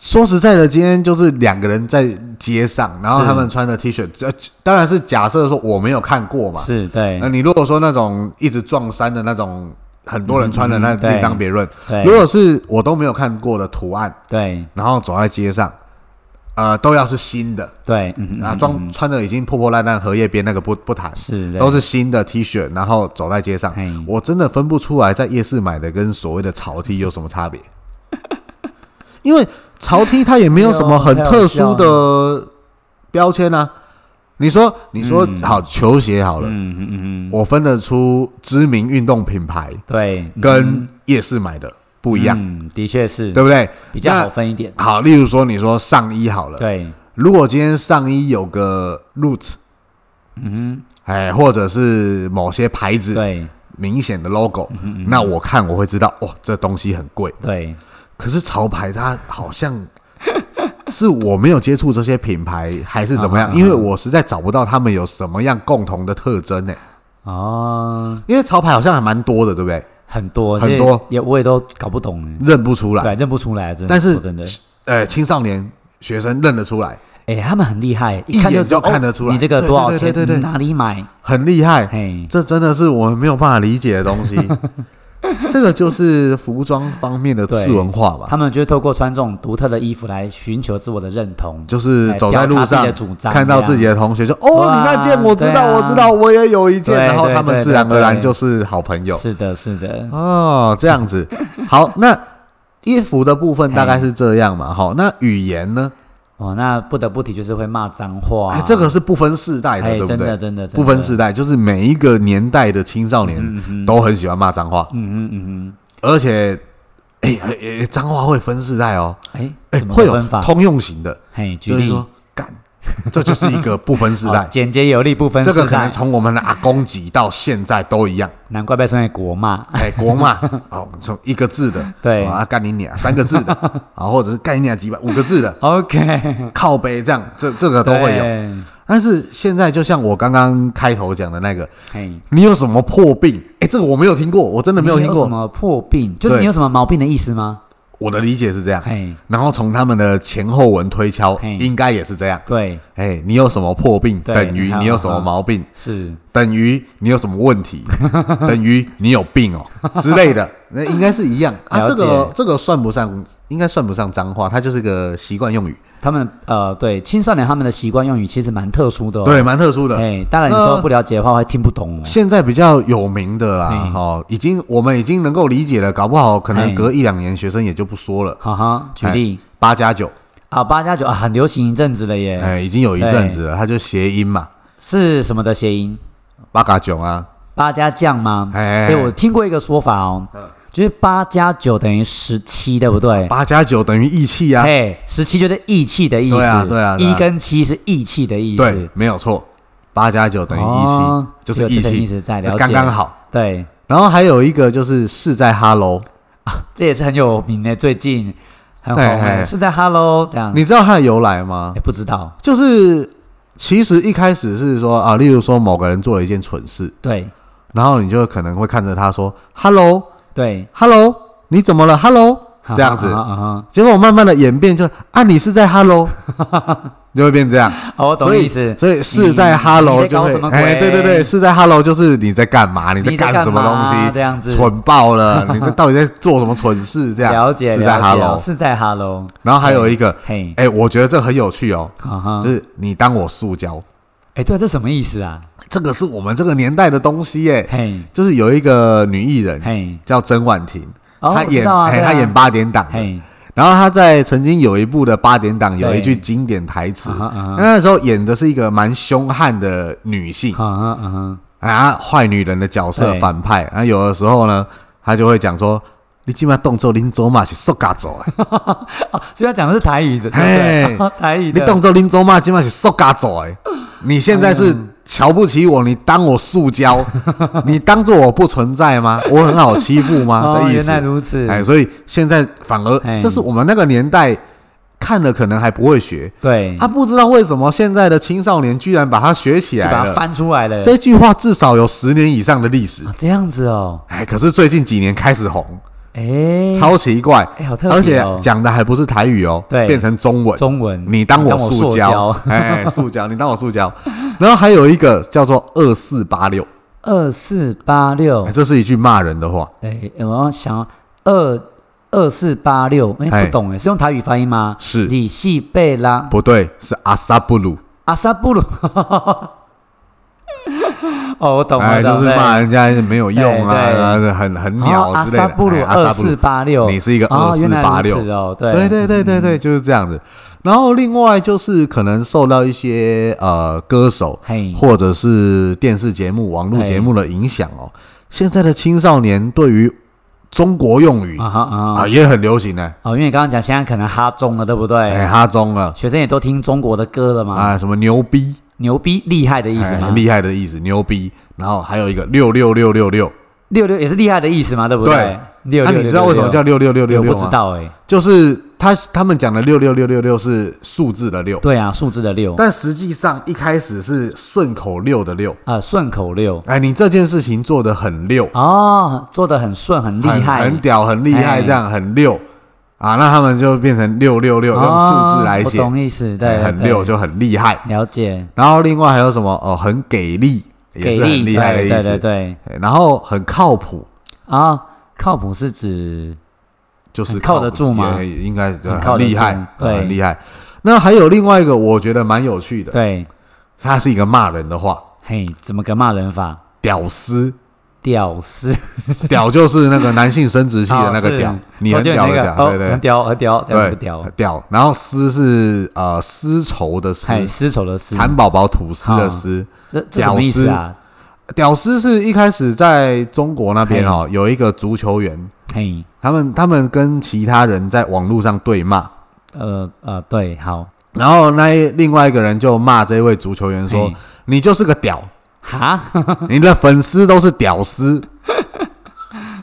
[SPEAKER 1] 说实在的，今天就是两个人在街上，然后
[SPEAKER 2] 是
[SPEAKER 1] 他们穿的 T 恤，这当然是假设说我没有看过嘛，
[SPEAKER 2] 是对
[SPEAKER 1] 那你如果说那种一直撞衫的那种，很多人穿的那
[SPEAKER 2] 嗯嗯对
[SPEAKER 1] 另当别论。如
[SPEAKER 2] 对
[SPEAKER 1] 果是我都没有看过的图案，
[SPEAKER 2] 对
[SPEAKER 1] 然后走在街上，呃，都要是新的
[SPEAKER 2] 对，嗯
[SPEAKER 1] 啊，装穿的已经破破烂烂荷叶边那个不不谈，
[SPEAKER 2] 是
[SPEAKER 1] 都
[SPEAKER 2] 是
[SPEAKER 1] 是新的 T 恤，然后走在街上
[SPEAKER 2] 嘿，
[SPEAKER 1] 我真的分不出来在夜市买的跟所谓的潮 T 有什么差别，因为潮 T 它也没有什么很特殊的标签啊。你说，你说好球鞋好了，
[SPEAKER 2] 嗯嗯嗯嗯，
[SPEAKER 1] 我分得出知名运动品牌
[SPEAKER 2] 对，嗯
[SPEAKER 1] 跟夜市买的，不一样，
[SPEAKER 2] 嗯，的确是
[SPEAKER 1] 对不对？
[SPEAKER 2] 比较
[SPEAKER 1] 那
[SPEAKER 2] 好分一点。
[SPEAKER 1] 好，例如说你说上衣好了，
[SPEAKER 2] 对，
[SPEAKER 1] 如果今天上衣有个 Roots，
[SPEAKER 2] 嗯
[SPEAKER 1] 哎，或者是某些牌
[SPEAKER 2] 哼，
[SPEAKER 1] 子
[SPEAKER 2] 对
[SPEAKER 1] 明显的 logo，那
[SPEAKER 2] 嗯
[SPEAKER 1] 我看我会知道，哇，这东西很贵。
[SPEAKER 2] 对，
[SPEAKER 1] 可是潮牌它好
[SPEAKER 2] [laughs]
[SPEAKER 1] 像是我没有接触这些品牌，还是怎么
[SPEAKER 2] 啊
[SPEAKER 1] 样？因为我实在找不到他们有什么样共同的特征呢、
[SPEAKER 2] 哦，
[SPEAKER 1] 因为潮牌好像还蛮多的，对不对？
[SPEAKER 2] 很多
[SPEAKER 1] 很
[SPEAKER 2] 这
[SPEAKER 1] 多
[SPEAKER 2] 也我也都搞不懂哎，
[SPEAKER 1] 认不出来，
[SPEAKER 2] 对，认不出来，真的，
[SPEAKER 1] 但是
[SPEAKER 2] 说真的，
[SPEAKER 1] 呃，青少年学生认得出来，
[SPEAKER 2] 哎，他们很厉害，
[SPEAKER 1] 一
[SPEAKER 2] 看
[SPEAKER 1] 眼
[SPEAKER 2] 就知道
[SPEAKER 1] 就看得
[SPEAKER 2] 哦
[SPEAKER 1] 出来
[SPEAKER 2] 你这个
[SPEAKER 1] 对
[SPEAKER 2] 多少
[SPEAKER 1] 对对
[SPEAKER 2] 钱，
[SPEAKER 1] 对对对
[SPEAKER 2] 你哪里买？
[SPEAKER 1] 很厉害。
[SPEAKER 2] 嘿，
[SPEAKER 1] 这真的是我们没有办法理解的东
[SPEAKER 2] [laughs]
[SPEAKER 1] 西。这个就是服装方面的次文化吧
[SPEAKER 2] 他，们就是透过穿这种独特的衣服来寻求自我的认同，
[SPEAKER 1] 就是走在路上
[SPEAKER 2] 哎表达自己的主张
[SPEAKER 1] 看到自己的同学，就哦，
[SPEAKER 2] 哇
[SPEAKER 1] 你那件我知道，
[SPEAKER 2] 对啊
[SPEAKER 1] 我知道，我也有一件，
[SPEAKER 2] 对
[SPEAKER 1] 然后他
[SPEAKER 2] 对
[SPEAKER 1] 们
[SPEAKER 2] 对
[SPEAKER 1] 自然而然
[SPEAKER 2] 对
[SPEAKER 1] 就是好朋友。
[SPEAKER 2] 是的，是的，
[SPEAKER 1] 哦，这样
[SPEAKER 2] [laughs]
[SPEAKER 1] 子。好，那衣服的部分大概是这样嘛。好，那语言呢？
[SPEAKER 2] 哦，那不得不提就是会骂脏话、
[SPEAKER 1] 哎，这个是不分世代的，
[SPEAKER 2] 哎
[SPEAKER 1] 对不
[SPEAKER 2] 真的
[SPEAKER 1] 对？
[SPEAKER 2] 真的真的
[SPEAKER 1] 不分世代，就是每一个年代的青少
[SPEAKER 2] 嗯
[SPEAKER 1] 年都很喜欢骂脏话，
[SPEAKER 2] 嗯嗯嗯
[SPEAKER 1] 而且，哎，哎哎脏话会分世代哦，
[SPEAKER 2] 嗯，哎，
[SPEAKER 1] 哎，
[SPEAKER 2] 怎么
[SPEAKER 1] 会有
[SPEAKER 2] 分法？
[SPEAKER 1] 通用型的，
[SPEAKER 2] 嘿，举
[SPEAKER 1] 就是
[SPEAKER 2] 例，
[SPEAKER 1] 说干，这就是一个不分世
[SPEAKER 2] [laughs] 哦
[SPEAKER 1] 代。
[SPEAKER 2] 简洁有力，不分
[SPEAKER 1] 这个
[SPEAKER 2] 世
[SPEAKER 1] 可能
[SPEAKER 2] 代，
[SPEAKER 1] 从我们的阿公级到现在都
[SPEAKER 2] [laughs]
[SPEAKER 1] 一样，
[SPEAKER 2] 难怪被称为国骂。 [laughs]
[SPEAKER 1] 哎，国骂哦，从一个字的，
[SPEAKER 2] 对
[SPEAKER 1] 哦啊，干你娘三个字
[SPEAKER 2] [laughs]
[SPEAKER 1] 的，啊，或者是干你娘几百五个字的，
[SPEAKER 2] OK，
[SPEAKER 1] 靠背这样，这这个 [laughs] 都会有。
[SPEAKER 2] 有。
[SPEAKER 1] 但是现在就像我刚刚开头讲的那个，
[SPEAKER 2] 嘿，
[SPEAKER 1] 你有什么破病？哎，这个我没有听过，我真的没
[SPEAKER 2] 你
[SPEAKER 1] 听
[SPEAKER 2] 什
[SPEAKER 1] 过。
[SPEAKER 2] 么破病，就是
[SPEAKER 1] 对啊
[SPEAKER 2] 你有什么毛病的意思吗？
[SPEAKER 1] 我的理解是这样，
[SPEAKER 2] 嘿，
[SPEAKER 1] 然后从他们的前后文推敲，
[SPEAKER 2] 嘿
[SPEAKER 1] 应该也是这样。
[SPEAKER 2] 对，
[SPEAKER 1] 哎，你有什么破病，
[SPEAKER 2] 对
[SPEAKER 1] 等于
[SPEAKER 2] 好
[SPEAKER 1] 你有什么
[SPEAKER 2] 好
[SPEAKER 1] 毛病，
[SPEAKER 2] 是，
[SPEAKER 1] 等于你有什么问
[SPEAKER 2] [laughs]
[SPEAKER 1] 题，等于你有病哦之类的，那应该是一
[SPEAKER 2] [laughs]
[SPEAKER 1] 样啊。
[SPEAKER 2] 了
[SPEAKER 1] 这
[SPEAKER 2] 解
[SPEAKER 1] 个这个算不上，应该算不上脏话，它就是个习惯用语，
[SPEAKER 2] 他们呃，对青少年他们的习惯用语其实蛮特殊的、哦。
[SPEAKER 1] 对，呃蛮特殊的。
[SPEAKER 2] 哎，当然你
[SPEAKER 1] 那
[SPEAKER 2] 说不了解的话会听不懂哦。
[SPEAKER 1] 现在比较有名的啦，
[SPEAKER 2] 嗯
[SPEAKER 1] 哦，已经我们已经能够理解了，搞不好可能
[SPEAKER 2] 嗯
[SPEAKER 1] 隔一两年学生也就不说了。
[SPEAKER 2] 哈哈，举例
[SPEAKER 1] 八加九，
[SPEAKER 2] 啊，八加九啊，很流行一阵子了耶。
[SPEAKER 1] 哎，已经有一阵子了，它就谐音嘛，
[SPEAKER 2] 是什么的谐音？
[SPEAKER 1] 八嘎囧啊，
[SPEAKER 2] 八加酱吗？
[SPEAKER 1] 哎
[SPEAKER 2] 哎、
[SPEAKER 1] 哎哎嗯
[SPEAKER 2] 我听过一个说法哦，就是八加九等于十七，对不对？
[SPEAKER 1] 八加九等于义气啊，
[SPEAKER 2] 哎，十七就是义气的意思，
[SPEAKER 1] 对啊对啊对啊
[SPEAKER 2] 一跟七是义气的意思，
[SPEAKER 1] 对，没有错，八加九等于义
[SPEAKER 2] 哦
[SPEAKER 1] 气，就是
[SPEAKER 2] 有
[SPEAKER 1] 义
[SPEAKER 2] 这层
[SPEAKER 1] 气
[SPEAKER 2] 意思在
[SPEAKER 1] 就
[SPEAKER 2] 了解
[SPEAKER 1] 刚刚好。
[SPEAKER 2] 对
[SPEAKER 1] 然后还有一个就是是在 Hello，
[SPEAKER 2] 这也是很有名的，最近很红
[SPEAKER 1] 对哎
[SPEAKER 2] 哎，是在 Hello 这样，
[SPEAKER 1] 你知道它的由来吗
[SPEAKER 2] 哎？不知道，
[SPEAKER 1] 就是其实一开始是说啊，例如说某个人做了一件蠢事，
[SPEAKER 2] 对
[SPEAKER 1] 然后你就可能会看着他说 “Hello
[SPEAKER 2] 对，
[SPEAKER 1] Hello，你怎么了 Hello” 这样子，
[SPEAKER 2] 啊哈，
[SPEAKER 1] 结果慢慢的演变就啊，你是在 Hello，就会 [laughs] 变这样。
[SPEAKER 2] 哦我懂
[SPEAKER 1] 所
[SPEAKER 2] 意
[SPEAKER 1] 以
[SPEAKER 2] 思，
[SPEAKER 1] 所以是在
[SPEAKER 2] 你
[SPEAKER 1] Hello
[SPEAKER 2] 你在
[SPEAKER 1] 就
[SPEAKER 2] 搞
[SPEAKER 1] 会
[SPEAKER 2] 什么
[SPEAKER 1] 哎，
[SPEAKER 2] 鬼
[SPEAKER 1] 对对对，是在 Hello 就是你在干嘛？你在
[SPEAKER 2] 你在
[SPEAKER 1] 干
[SPEAKER 2] 干
[SPEAKER 1] 什么东
[SPEAKER 2] 嘛
[SPEAKER 1] 西？
[SPEAKER 2] 这样子
[SPEAKER 1] 蠢爆
[SPEAKER 2] [laughs]
[SPEAKER 1] 了！你这到底在做什么蠢事？这样
[SPEAKER 2] 了解
[SPEAKER 1] 啊是
[SPEAKER 2] 了
[SPEAKER 1] 在
[SPEAKER 2] 解
[SPEAKER 1] Hello
[SPEAKER 2] 哦，。是在 Hello，
[SPEAKER 1] 然后还有一个，
[SPEAKER 2] 嘿，
[SPEAKER 1] 哎、我觉得这很有趣哦，
[SPEAKER 2] 哈哈
[SPEAKER 1] 就，是你当我塑胶，
[SPEAKER 2] 哎，对，这什么意思啊？
[SPEAKER 1] 这个是我们这个年代的东西耶。
[SPEAKER 2] 嘿
[SPEAKER 1] 就是有一个女艺人
[SPEAKER 2] 嘿，
[SPEAKER 1] 叫曾婉婷，
[SPEAKER 2] 哦，
[SPEAKER 1] 她
[SPEAKER 2] 我知
[SPEAKER 1] 哎演、
[SPEAKER 2] 道啊，
[SPEAKER 1] 哎
[SPEAKER 2] 对啊
[SPEAKER 1] 她演，八点档的，
[SPEAKER 2] 嘿，
[SPEAKER 1] 然后她在曾经有一部的八点档有一句
[SPEAKER 2] 对
[SPEAKER 1] 经典台词
[SPEAKER 2] 啊。哈啊哈。
[SPEAKER 1] 那时候演的是一个蛮凶悍的女性
[SPEAKER 2] 啊哈啊哈！
[SPEAKER 1] 啊，坏女人的角色
[SPEAKER 2] 对
[SPEAKER 1] 反派。啊，有的时候呢，她就会讲说：“你今晚动作拎走嘛是塑啊嘎走的，
[SPEAKER 2] 所以他讲的是台语的， [laughs] 对不对？台语
[SPEAKER 1] 哎你
[SPEAKER 2] 的，
[SPEAKER 1] 动作拎走嘛今晚是塑嘎走哎，你现在是瞧不起我，你当我塑
[SPEAKER 2] [laughs]
[SPEAKER 1] 胶，你当做我不存在吗？我很好欺负吗？
[SPEAKER 2] [laughs] 哦，
[SPEAKER 1] 啊的意
[SPEAKER 2] 原来
[SPEAKER 1] 思。
[SPEAKER 2] 如此，
[SPEAKER 1] 哎，所以现在反而
[SPEAKER 2] 哎
[SPEAKER 1] 这是我们那个年代看了可能还不会学，
[SPEAKER 2] 对，
[SPEAKER 1] 他、不知道为什么现在的青少年居然把它学起
[SPEAKER 2] 就
[SPEAKER 1] 来
[SPEAKER 2] 把它
[SPEAKER 1] 了。
[SPEAKER 2] 翻出来了。
[SPEAKER 1] 这句话至少有十年以上的历史，
[SPEAKER 2] 啊这样子哦，
[SPEAKER 1] 哎，可是最近几年开始红，
[SPEAKER 2] 哎，
[SPEAKER 1] 超奇怪，
[SPEAKER 2] 哎，好特别哦，
[SPEAKER 1] 而且讲的还不是台语哦，
[SPEAKER 2] 对
[SPEAKER 1] 变成中文。
[SPEAKER 2] 中文，
[SPEAKER 1] 你当我塑
[SPEAKER 2] 塑
[SPEAKER 1] 胶，哎，塑胶，你当我塑胶。然后还有一个叫做二四八六，
[SPEAKER 2] 二四八六
[SPEAKER 1] 哎，这是一句骂人的话，
[SPEAKER 2] 哎，我要想二二四八六，
[SPEAKER 1] 哎
[SPEAKER 2] 哎，不懂哎，是用台语发音吗？
[SPEAKER 1] 是
[SPEAKER 2] 里系贝拉
[SPEAKER 1] 不对，是阿萨布鲁，
[SPEAKER 2] 阿萨布鲁， [laughs] 哦，我懂了，
[SPEAKER 1] 哎，
[SPEAKER 2] 我懂
[SPEAKER 1] 就是骂
[SPEAKER 2] 对
[SPEAKER 1] 人家没有用啊，
[SPEAKER 2] 对对
[SPEAKER 1] 啊很很
[SPEAKER 2] 哦
[SPEAKER 1] 鸟
[SPEAKER 2] 阿
[SPEAKER 1] 之类的。
[SPEAKER 2] 萨布鲁
[SPEAKER 1] 哎
[SPEAKER 2] 二四，八六，
[SPEAKER 1] 你是一个
[SPEAKER 2] 哦原来如
[SPEAKER 1] 2486
[SPEAKER 2] 此哦，
[SPEAKER 1] 对对对对对，就是这样子。然后另外就是可能受到一些呃歌手
[SPEAKER 2] 嘿，
[SPEAKER 1] 或者是电视节目、网络节目的影响哦。现在的青少年对于中国用语
[SPEAKER 2] 啊哈啊
[SPEAKER 1] 啊，
[SPEAKER 2] 哈
[SPEAKER 1] 也很流行呢、
[SPEAKER 2] 哦，因为你刚刚讲现在可能哈中了，对不对？
[SPEAKER 1] 哎，哈中了
[SPEAKER 2] 学生也都听中国的歌了嘛，
[SPEAKER 1] 啊，什么牛逼，
[SPEAKER 2] 牛逼厉害的意思
[SPEAKER 1] 哎
[SPEAKER 2] 嘛，
[SPEAKER 1] 厉害的意思，牛逼。然后还有一个六六六六六，
[SPEAKER 2] 六六也是厉害的意思嘛，对不
[SPEAKER 1] 对
[SPEAKER 2] 六
[SPEAKER 1] 那、
[SPEAKER 2] 六，
[SPEAKER 1] 你知道为什么叫六六六六啊六
[SPEAKER 2] 六？我
[SPEAKER 1] 吗？
[SPEAKER 2] 不知道哎，
[SPEAKER 1] 就是他他们讲的六六六六六是数字的六，
[SPEAKER 2] 对啊，数字的六，
[SPEAKER 1] 但实际上一开始是顺口溜的溜。
[SPEAKER 2] 呃，顺口溜
[SPEAKER 1] 哎，你这件事情做的很溜，
[SPEAKER 2] 哦，做的很顺，很厉
[SPEAKER 1] 很
[SPEAKER 2] 害，
[SPEAKER 1] 很屌，很厉害，
[SPEAKER 2] 哎
[SPEAKER 1] 这样很溜啊。那他们就变成六六六，用数字来
[SPEAKER 2] 哦
[SPEAKER 1] 写
[SPEAKER 2] 我，懂意思，对，
[SPEAKER 1] 哎很
[SPEAKER 2] 对
[SPEAKER 1] 溜，就很厉害。
[SPEAKER 2] 了解，
[SPEAKER 1] 然后另外还有什么哦，很给力，也
[SPEAKER 2] 给
[SPEAKER 1] 是
[SPEAKER 2] 力，
[SPEAKER 1] 很厉害的
[SPEAKER 2] 对
[SPEAKER 1] 意
[SPEAKER 2] 对对
[SPEAKER 1] 思。
[SPEAKER 2] 对，
[SPEAKER 1] 哎然后很靠谱，
[SPEAKER 2] 啊，靠谱是指
[SPEAKER 1] 就是
[SPEAKER 2] 很靠得住吗
[SPEAKER 1] 也应该
[SPEAKER 2] 很靠
[SPEAKER 1] 很
[SPEAKER 2] 得
[SPEAKER 1] 厉害呃
[SPEAKER 2] 住，对
[SPEAKER 1] 很厉害。那还有另外一个，我觉得蛮有趣的，
[SPEAKER 2] 对，
[SPEAKER 1] 它是一个骂人的话，
[SPEAKER 2] 嘿，怎么个骂人法？
[SPEAKER 1] 屌丝， [laughs]
[SPEAKER 2] 屌丝，
[SPEAKER 1] 屌就是那个男性生殖器的那个屌
[SPEAKER 2] 哦是，
[SPEAKER 1] 你很
[SPEAKER 2] 我觉得
[SPEAKER 1] 屌
[SPEAKER 2] 那
[SPEAKER 1] 的
[SPEAKER 2] 个
[SPEAKER 1] 屌，
[SPEAKER 2] 哦
[SPEAKER 1] 对对
[SPEAKER 2] 很屌，很屌，这样
[SPEAKER 1] 对
[SPEAKER 2] 的屌，
[SPEAKER 1] 屌，然后丝是呃丝绸的丝，
[SPEAKER 2] 嘿，丝嗯绸的丝，
[SPEAKER 1] 蚕宝宝吐丝的丝。
[SPEAKER 2] 这这什么意思啊？
[SPEAKER 1] 屌丝是一开始在中国那边哦，有一个足球员，
[SPEAKER 2] 嘿，
[SPEAKER 1] 他们他们跟其他人在网络上对骂，
[SPEAKER 2] 呃呃，对，好，
[SPEAKER 1] 然后那一另外一个人就骂这位足球员说
[SPEAKER 2] 嘿：“
[SPEAKER 1] 你就是个屌，
[SPEAKER 2] 哈， [laughs]
[SPEAKER 1] 你的粉丝都是屌丝，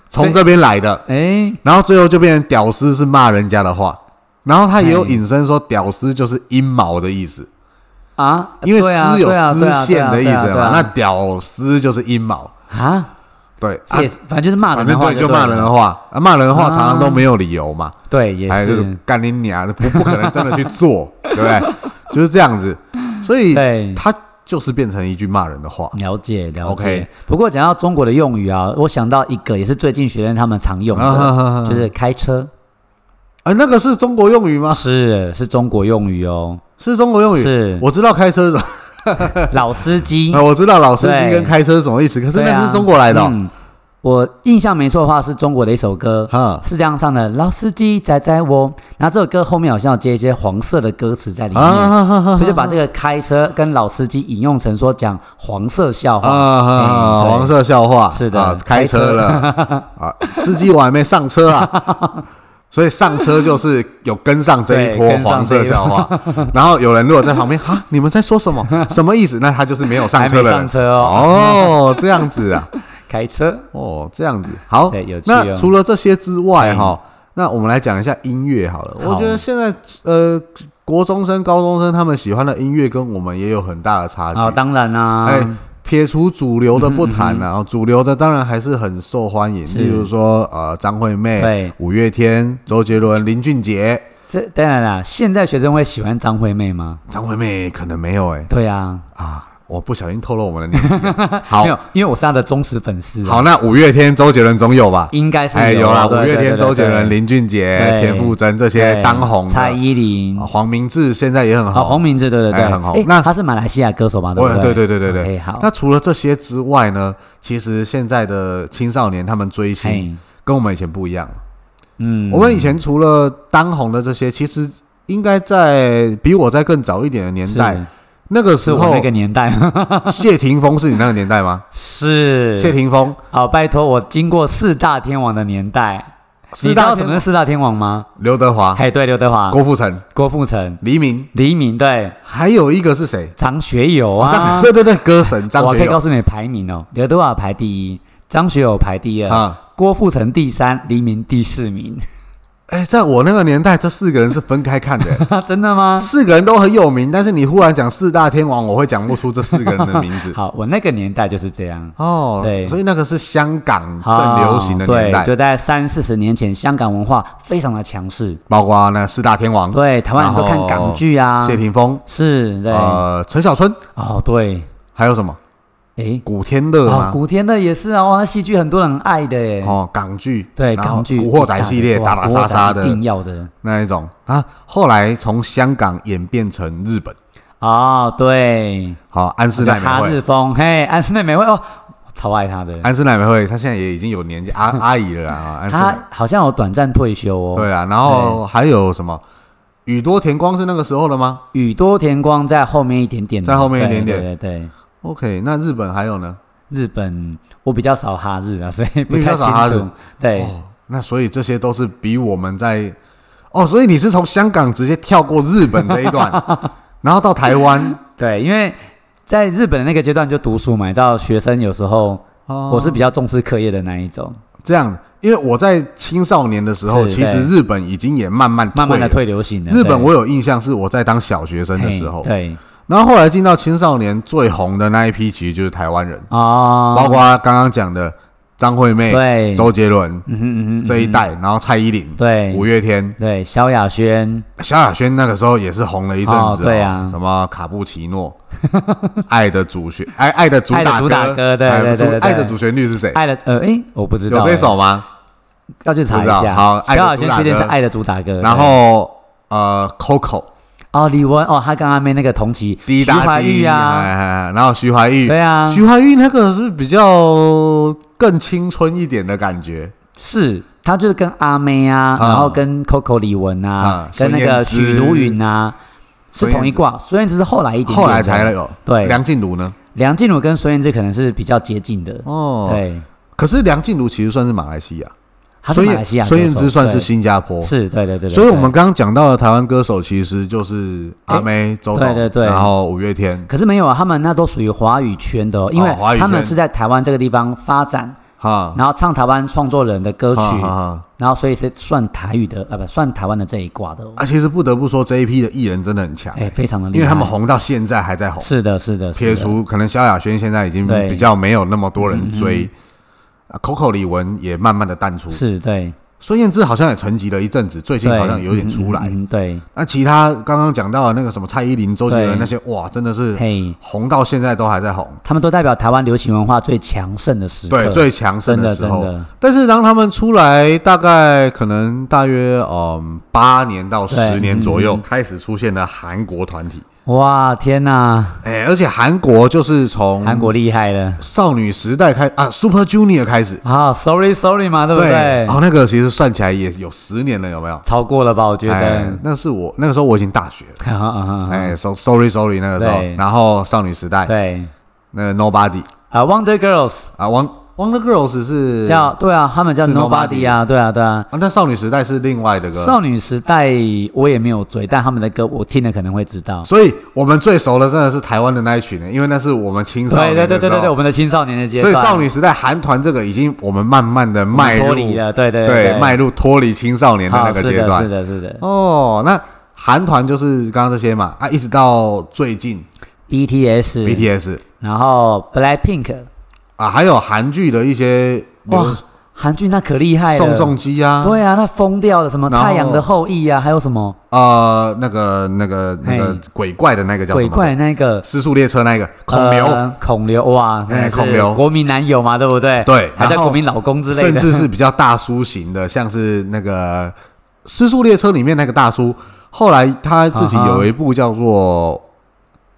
[SPEAKER 1] 从这边来的。”
[SPEAKER 2] 哎，
[SPEAKER 1] 然后最后就变成屌丝是骂人家的话，然后他也有
[SPEAKER 2] 嘿
[SPEAKER 1] 引申说屌丝就是阴毛的意思，
[SPEAKER 2] 啊，
[SPEAKER 1] [laughs] 因为
[SPEAKER 2] 对啊
[SPEAKER 1] 丝有
[SPEAKER 2] 对啊
[SPEAKER 1] 丝
[SPEAKER 2] 对啊
[SPEAKER 1] 线的意
[SPEAKER 2] 对啊
[SPEAKER 1] 思
[SPEAKER 2] 对啊对
[SPEAKER 1] 嘛，
[SPEAKER 2] 啊
[SPEAKER 1] 那屌丝就是阴毛，
[SPEAKER 2] 啊，
[SPEAKER 1] 对啊
[SPEAKER 2] 这也，是反正就是骂
[SPEAKER 1] 反
[SPEAKER 2] 人的
[SPEAKER 1] 正
[SPEAKER 2] 话
[SPEAKER 1] 对，
[SPEAKER 2] 对了，
[SPEAKER 1] 就骂人的话，啊骂人的话常常都没有理由嘛，
[SPEAKER 2] 对，也
[SPEAKER 1] 还有哎就是
[SPEAKER 2] 是，
[SPEAKER 1] 干你娘，不不可能真的去做， [laughs] 对不对？就是这样子，所以
[SPEAKER 2] 对，
[SPEAKER 1] 他就是变成一句骂人的话，
[SPEAKER 2] 了解了解
[SPEAKER 1] OK。
[SPEAKER 2] 不过讲到中国的用语啊，我想到一个也是最近学生他们常用
[SPEAKER 1] 啊哈哈哈
[SPEAKER 2] 的，就是开车，
[SPEAKER 1] 啊，那个是中国用语吗？
[SPEAKER 2] 是是中国用语哦，
[SPEAKER 1] 是中啊国用语， [laughs]
[SPEAKER 2] 是
[SPEAKER 1] 我知道开车是什么，
[SPEAKER 2] 老司
[SPEAKER 1] [laughs]
[SPEAKER 2] 机
[SPEAKER 1] 啊，我知道老司机
[SPEAKER 2] 对
[SPEAKER 1] 跟开车是什么意思，可是
[SPEAKER 2] 对
[SPEAKER 1] 那
[SPEAKER 2] 啊
[SPEAKER 1] 个是中国来的哦，
[SPEAKER 2] 嗯，我印象没错的话是中国的一首歌。
[SPEAKER 1] 哈。
[SPEAKER 2] 是这样唱的：“老司机载载我。”然后这首歌后面好像有接一些黄色的歌词在里面，
[SPEAKER 1] 啊
[SPEAKER 2] 所以就把这个开车跟老司机引用成说讲黄色笑话
[SPEAKER 1] 啊，
[SPEAKER 2] 嗯对
[SPEAKER 1] 黄色笑话
[SPEAKER 2] 是的
[SPEAKER 1] 啊开车了啊，司机我还没上车啊，
[SPEAKER 2] [laughs]
[SPEAKER 1] 所以上车就是有跟上这一
[SPEAKER 2] 对
[SPEAKER 1] 波
[SPEAKER 2] 跟上
[SPEAKER 1] 黄色
[SPEAKER 2] 这一波 [laughs]
[SPEAKER 1] 笑话，然后有人如果在旁边哈，你们在说什么？什么意思？那他就是没有上车的
[SPEAKER 2] 还没上
[SPEAKER 1] 人
[SPEAKER 2] 车
[SPEAKER 1] 哦，这样子啊，
[SPEAKER 2] 开车
[SPEAKER 1] 哦，这样子好
[SPEAKER 2] 对有。趣哦嗯
[SPEAKER 1] 那除了这些之外哈，那我们来讲一下音乐好了。
[SPEAKER 2] 好
[SPEAKER 1] 我觉得现在呃，国中生、高中生他们喜欢的音乐跟我们也有很大的差距
[SPEAKER 2] 啊、。当然啦、
[SPEAKER 1] 哎，撇除主流的不谈然后主流的当然还是很受欢迎，
[SPEAKER 2] 是
[SPEAKER 1] 例如说呃张惠妹
[SPEAKER 2] 对、
[SPEAKER 1] 五月天、周杰伦、林俊杰。
[SPEAKER 2] 这当然啦，现在学生会喜欢张惠妹吗？
[SPEAKER 1] 张惠妹可能没有哎、
[SPEAKER 2] 对啊，
[SPEAKER 1] 啊，我不小心透露我们的年纪
[SPEAKER 2] [laughs]
[SPEAKER 1] 了。好
[SPEAKER 2] 没有，因为我是她的忠实粉丝啊、
[SPEAKER 1] 好，那五月天、周杰伦总有吧？
[SPEAKER 2] 应该是
[SPEAKER 1] 哎，有啦，
[SPEAKER 2] 啊，
[SPEAKER 1] 五
[SPEAKER 2] 对
[SPEAKER 1] 月天、周杰伦、
[SPEAKER 2] 对
[SPEAKER 1] 林俊杰、
[SPEAKER 2] 对
[SPEAKER 1] 田馥甄这
[SPEAKER 2] 对
[SPEAKER 1] 些当红的，
[SPEAKER 2] 蔡依林
[SPEAKER 1] 啊，黄明志现在也很
[SPEAKER 2] 好、
[SPEAKER 1] 红
[SPEAKER 2] 黄。明志，对对对，
[SPEAKER 1] 哎很红
[SPEAKER 2] 哎
[SPEAKER 1] 那
[SPEAKER 2] 他是马来西亚歌手嘛，对
[SPEAKER 1] 我
[SPEAKER 2] 不
[SPEAKER 1] 对
[SPEAKER 2] 对？
[SPEAKER 1] 对对对对
[SPEAKER 2] OK，好，
[SPEAKER 1] 那除了这些之外呢，其实现在的青少年他们追星
[SPEAKER 2] 嘿，
[SPEAKER 1] 跟我们以前不一样了。
[SPEAKER 2] 哎嗯，
[SPEAKER 1] 我们以前除了当红的这些，其实应该在比我在更早一点的年代，那个
[SPEAKER 2] 是
[SPEAKER 1] 时
[SPEAKER 2] 是
[SPEAKER 1] 候 [laughs]
[SPEAKER 2] 我那个年代，
[SPEAKER 1] 谢霆锋是你那个年代
[SPEAKER 2] [laughs]
[SPEAKER 1] 吗？
[SPEAKER 2] 是
[SPEAKER 1] 谢霆锋
[SPEAKER 2] 好，拜托我经过四大天王的年代，
[SPEAKER 1] 四
[SPEAKER 2] 你知
[SPEAKER 1] 大
[SPEAKER 2] 道什
[SPEAKER 1] 天
[SPEAKER 2] 么是四大天王吗？
[SPEAKER 1] 刘德华、
[SPEAKER 2] 嘿，对，刘德华、
[SPEAKER 1] 郭富城、
[SPEAKER 2] 郭富城、
[SPEAKER 1] 黎明，
[SPEAKER 2] 黎明，对，
[SPEAKER 1] 还有一个是谁？
[SPEAKER 2] 张学友
[SPEAKER 1] 哦
[SPEAKER 2] 啊
[SPEAKER 1] 张，对对对，歌神张
[SPEAKER 2] 我可
[SPEAKER 1] 学
[SPEAKER 2] 以告
[SPEAKER 1] 友
[SPEAKER 2] 诉你排名哦，刘德华排第一，张学友排第二，
[SPEAKER 1] 啊。
[SPEAKER 2] 郭富城第三，黎明第四名。 [laughs]
[SPEAKER 1] 哎，在我那个年代，这四个人是分开看
[SPEAKER 2] [laughs]
[SPEAKER 1] 的，
[SPEAKER 2] 真的吗？
[SPEAKER 1] 四个人都很有名，但是你忽然讲四大天王，我会讲不出这四个人的名
[SPEAKER 2] [laughs]
[SPEAKER 1] 字。
[SPEAKER 2] 好，我那个年代就是这样。
[SPEAKER 1] 哦，
[SPEAKER 2] 对
[SPEAKER 1] 所以那个是香港
[SPEAKER 2] 好
[SPEAKER 1] 嗯正流行的年代
[SPEAKER 2] 对，，就在三四十年前，香港文化非常的强势。
[SPEAKER 1] 包括那四大天王，
[SPEAKER 2] 对，台湾人都看港剧啊，
[SPEAKER 1] 哦谢霆锋，
[SPEAKER 2] 是，对，
[SPEAKER 1] 呃，陈小春，
[SPEAKER 2] 哦，对，
[SPEAKER 1] 还有什么
[SPEAKER 2] 诶，
[SPEAKER 1] 古天乐
[SPEAKER 2] 哦
[SPEAKER 1] 吗，？
[SPEAKER 2] 古天乐也是啊，哇，那戏剧很多人很爱的耶。
[SPEAKER 1] 哦，港剧
[SPEAKER 2] 对，
[SPEAKER 1] 然后
[SPEAKER 2] 港剧
[SPEAKER 1] 古惑仔系列
[SPEAKER 2] 哇
[SPEAKER 1] 打打
[SPEAKER 2] 古
[SPEAKER 1] 杀
[SPEAKER 2] 惑仔
[SPEAKER 1] 杀
[SPEAKER 2] 一
[SPEAKER 1] 的
[SPEAKER 2] 定要的
[SPEAKER 1] 那一种啊。后来从香港演变成日本，
[SPEAKER 2] 哦，对，
[SPEAKER 1] 好，安室
[SPEAKER 2] 啊就
[SPEAKER 1] 奈美
[SPEAKER 2] 哈日
[SPEAKER 1] 惠，
[SPEAKER 2] 风，嘿，安室奈美惠哦，我超爱她的，
[SPEAKER 1] 安室奈美惠，她现在也已经有年纪阿阿姨了啦啊，安室奈
[SPEAKER 2] 她好像有短暂退休哦。
[SPEAKER 1] 对啊，然后还有什么？宇多田光是那个时候的吗
[SPEAKER 2] 宇多田光在后面一点点，
[SPEAKER 1] 在后面一点点
[SPEAKER 2] 对对对对
[SPEAKER 1] ？OK，那日本还有呢？
[SPEAKER 2] 日本我比较少哈日啊，所以不
[SPEAKER 1] 你比
[SPEAKER 2] 太
[SPEAKER 1] 较
[SPEAKER 2] 清
[SPEAKER 1] 少哈日
[SPEAKER 2] 楚。对，
[SPEAKER 1] 哦那所以这些都是比我们在哦，所以你是从香港直接跳过日本这一
[SPEAKER 2] [laughs]
[SPEAKER 1] 段，然后到台湾。
[SPEAKER 2] 对，因为在日本的那个阶段就读书嘛，你知道学生有时候
[SPEAKER 1] 哦
[SPEAKER 2] 我是比较重视课业的那一种，
[SPEAKER 1] 这样，因为我在青少年的时候，
[SPEAKER 2] 是
[SPEAKER 1] 其实
[SPEAKER 2] 对
[SPEAKER 1] 日本已经也慢慢
[SPEAKER 2] 慢慢的
[SPEAKER 1] 退了。
[SPEAKER 2] 退流行了。
[SPEAKER 1] 日本
[SPEAKER 2] 对
[SPEAKER 1] 我有印象是我在当小学生的时候
[SPEAKER 2] 嘿，对
[SPEAKER 1] 然后后来进到青少年最红的那一批，其实就是台湾人，
[SPEAKER 2] 哦，
[SPEAKER 1] 包括刚刚讲的张惠妹、
[SPEAKER 2] 对
[SPEAKER 1] 周杰伦
[SPEAKER 2] 嗯哼嗯哼嗯哼
[SPEAKER 1] 这一代，然后蔡依林、
[SPEAKER 2] 对
[SPEAKER 1] 五月天、
[SPEAKER 2] 对萧亚轩
[SPEAKER 1] 萧亚轩那个时候也是红了一阵
[SPEAKER 2] 哦
[SPEAKER 1] 子、
[SPEAKER 2] 对啊
[SPEAKER 1] 什么卡布奇诺， [laughs] 爱的主旋，爱爱的主
[SPEAKER 2] 爱的
[SPEAKER 1] 打
[SPEAKER 2] 主打歌对
[SPEAKER 1] 哎
[SPEAKER 2] 对
[SPEAKER 1] 主
[SPEAKER 2] 对对对
[SPEAKER 1] 爱的主旋律是谁？
[SPEAKER 2] 爱的呃诶，我不知道
[SPEAKER 1] 有这
[SPEAKER 2] 诶
[SPEAKER 1] 首吗？
[SPEAKER 2] 要去查一
[SPEAKER 1] 不知道
[SPEAKER 2] 下。
[SPEAKER 1] 好爱
[SPEAKER 2] 萧
[SPEAKER 1] 的
[SPEAKER 2] 亚
[SPEAKER 1] 主
[SPEAKER 2] 轩
[SPEAKER 1] 打
[SPEAKER 2] 确定是
[SPEAKER 1] 歌
[SPEAKER 2] 爱的主打歌。
[SPEAKER 1] 然
[SPEAKER 2] 对
[SPEAKER 1] 后呃，Coco
[SPEAKER 2] 哦，李玟哦，他跟阿妹那个同期，
[SPEAKER 1] 滴
[SPEAKER 2] 徐
[SPEAKER 1] 答
[SPEAKER 2] 怀
[SPEAKER 1] 滴
[SPEAKER 2] 钰啊，
[SPEAKER 1] 哎然后徐怀钰，
[SPEAKER 2] 对啊，
[SPEAKER 1] 徐怀钰那个是比较更青春一点的感觉，
[SPEAKER 2] 是他就是跟阿妹啊，
[SPEAKER 1] 嗯
[SPEAKER 2] 然后跟 Coco 李玟啊
[SPEAKER 1] 嗯，
[SPEAKER 2] 跟那个
[SPEAKER 1] 孙燕
[SPEAKER 2] 许
[SPEAKER 1] 姿
[SPEAKER 2] 茹芸啊，是
[SPEAKER 1] 孙燕
[SPEAKER 2] 同一
[SPEAKER 1] 姿
[SPEAKER 2] 挂。孙燕姿是后来一点点的，
[SPEAKER 1] 后来才有。
[SPEAKER 2] 对
[SPEAKER 1] 梁静茹呢？
[SPEAKER 2] 梁静茹跟孙燕姿可能是比较接近的。
[SPEAKER 1] 哦，
[SPEAKER 2] 对，
[SPEAKER 1] 可是梁静茹其实算是马来西亚，
[SPEAKER 2] 她是
[SPEAKER 1] 孙
[SPEAKER 2] 马
[SPEAKER 1] 燕
[SPEAKER 2] 来西亚歌手，
[SPEAKER 1] 孙燕姿算是
[SPEAKER 2] 对
[SPEAKER 1] 新加坡，
[SPEAKER 2] 是，对对对对。
[SPEAKER 1] 所以，我
[SPEAKER 2] 对
[SPEAKER 1] 们刚刚讲到的台湾歌手其实就是阿妹、周董，
[SPEAKER 2] 对对对
[SPEAKER 1] 然后五月天，
[SPEAKER 2] 可是没有啊，他们那都属于华语圈的、哦，因为
[SPEAKER 1] 哦华语圈
[SPEAKER 2] 他们是在台湾这个地方发展，
[SPEAKER 1] 哈，
[SPEAKER 2] 然后唱台湾创作人的歌曲，
[SPEAKER 1] 哈哈哈
[SPEAKER 2] 然后所以是算台语的，呃，不算台湾的这一挂的、哦，
[SPEAKER 1] 啊，其实不得不说这一批的艺人真的很强，
[SPEAKER 2] 哎，非常的厉害，
[SPEAKER 1] 因为他们红到现在还在红。
[SPEAKER 2] 是的，是的，是的
[SPEAKER 1] 撇除可能萧亚轩现在已经
[SPEAKER 2] 对
[SPEAKER 1] 比较没有那么多人追、啊 c o c o 李玟也慢慢的淡出，
[SPEAKER 2] 嗯是对，
[SPEAKER 1] 孙燕姿好像也沉寂了一阵子，最近
[SPEAKER 2] 对，
[SPEAKER 1] 好像有点出来。
[SPEAKER 2] 嗯嗯嗯对，
[SPEAKER 1] 那其他刚刚讲到的那个什么蔡依林、周杰伦
[SPEAKER 2] 对
[SPEAKER 1] 那些，哇，真的是
[SPEAKER 2] 嘿，
[SPEAKER 1] 红到现在都还在红，
[SPEAKER 2] 他们都代表台湾流行文化最强盛的时刻，
[SPEAKER 1] 对，最强盛
[SPEAKER 2] 真的
[SPEAKER 1] 时
[SPEAKER 2] 真
[SPEAKER 1] 候。
[SPEAKER 2] 的，
[SPEAKER 1] 但是当他们出来，大概可能大约嗯八年到十
[SPEAKER 2] 对
[SPEAKER 1] 年
[SPEAKER 2] 嗯
[SPEAKER 1] 左右，
[SPEAKER 2] 嗯
[SPEAKER 1] 开始出现了韩国团体。
[SPEAKER 2] 哇，天哪，
[SPEAKER 1] 哎、而且韩国就是从
[SPEAKER 2] 韩国厉害了
[SPEAKER 1] 少女时代开啊，Super Junior 开始，
[SPEAKER 2] 啊，sorry sorry 嘛，对不对
[SPEAKER 1] 然？后那个其实算起来也有十年了，有没有？
[SPEAKER 2] 超过了吧，我觉
[SPEAKER 1] 哎
[SPEAKER 2] 得，，
[SPEAKER 1] 那是我那个时候我已经大学了，
[SPEAKER 2] 哈哈啊哈哈
[SPEAKER 1] 哎，so sorry sorry 那个时候
[SPEAKER 2] 对，
[SPEAKER 1] 然后少女时代，
[SPEAKER 2] 对。
[SPEAKER 1] 那个 Nobody
[SPEAKER 2] 啊，Wonder Girls
[SPEAKER 1] 啊，王 Wonder Girls 是
[SPEAKER 2] 叫对啊，他们叫
[SPEAKER 1] 是
[SPEAKER 2] Nobody
[SPEAKER 1] Nobody
[SPEAKER 2] 啊，对啊，对啊。
[SPEAKER 1] 啊，那少女时代是另外的歌，
[SPEAKER 2] 少女时代我也没有追，但他们的歌我听了可能会知道。
[SPEAKER 1] 所以我们最熟的真的是台湾的那一群欸人，因为那是我们青少
[SPEAKER 2] 对
[SPEAKER 1] 年
[SPEAKER 2] 对对
[SPEAKER 1] 的
[SPEAKER 2] 对
[SPEAKER 1] 时
[SPEAKER 2] 对对，我
[SPEAKER 1] 候，
[SPEAKER 2] 们的青少年的阶
[SPEAKER 1] 所
[SPEAKER 2] 段，
[SPEAKER 1] 以少女时代韩团这个已经我们慢慢的迈入
[SPEAKER 2] 脱离了，对对
[SPEAKER 1] 对迈入脱离青少年的那
[SPEAKER 2] 好
[SPEAKER 1] 个
[SPEAKER 2] 是
[SPEAKER 1] 阶
[SPEAKER 2] 的，是
[SPEAKER 1] 段
[SPEAKER 2] 的，是的。
[SPEAKER 1] 哦，那。韩团就是刚刚这些嘛，啊，一直到最近
[SPEAKER 2] BTS、
[SPEAKER 1] BTS
[SPEAKER 2] 然后 Blackpink，
[SPEAKER 1] 啊，还有韩剧的一些
[SPEAKER 2] 哇，韩剧那可厉害了，
[SPEAKER 1] 宋仲基啊，
[SPEAKER 2] 对啊，那疯掉了，什么《
[SPEAKER 1] 然后
[SPEAKER 2] 太阳的后裔》啊，还有什么
[SPEAKER 1] 呃，那个那个那个
[SPEAKER 2] 嘿
[SPEAKER 1] 鬼怪的那个叫什
[SPEAKER 2] 鬼
[SPEAKER 1] 么？
[SPEAKER 2] 怪那个
[SPEAKER 1] 失速列车那个孔刘，
[SPEAKER 2] 呃孔刘哇，真
[SPEAKER 1] 哎
[SPEAKER 2] 的
[SPEAKER 1] 孔
[SPEAKER 2] 是
[SPEAKER 1] 刘
[SPEAKER 2] 国民男友嘛，对不对？
[SPEAKER 1] 对
[SPEAKER 2] 还
[SPEAKER 1] 然
[SPEAKER 2] 叫
[SPEAKER 1] 后
[SPEAKER 2] 国民老公之类
[SPEAKER 1] 甚
[SPEAKER 2] 的，
[SPEAKER 1] 至是比较大叔型的，像是那个失速列车里面那个大叔，后来他自己
[SPEAKER 2] 啊哈
[SPEAKER 1] 有一部叫做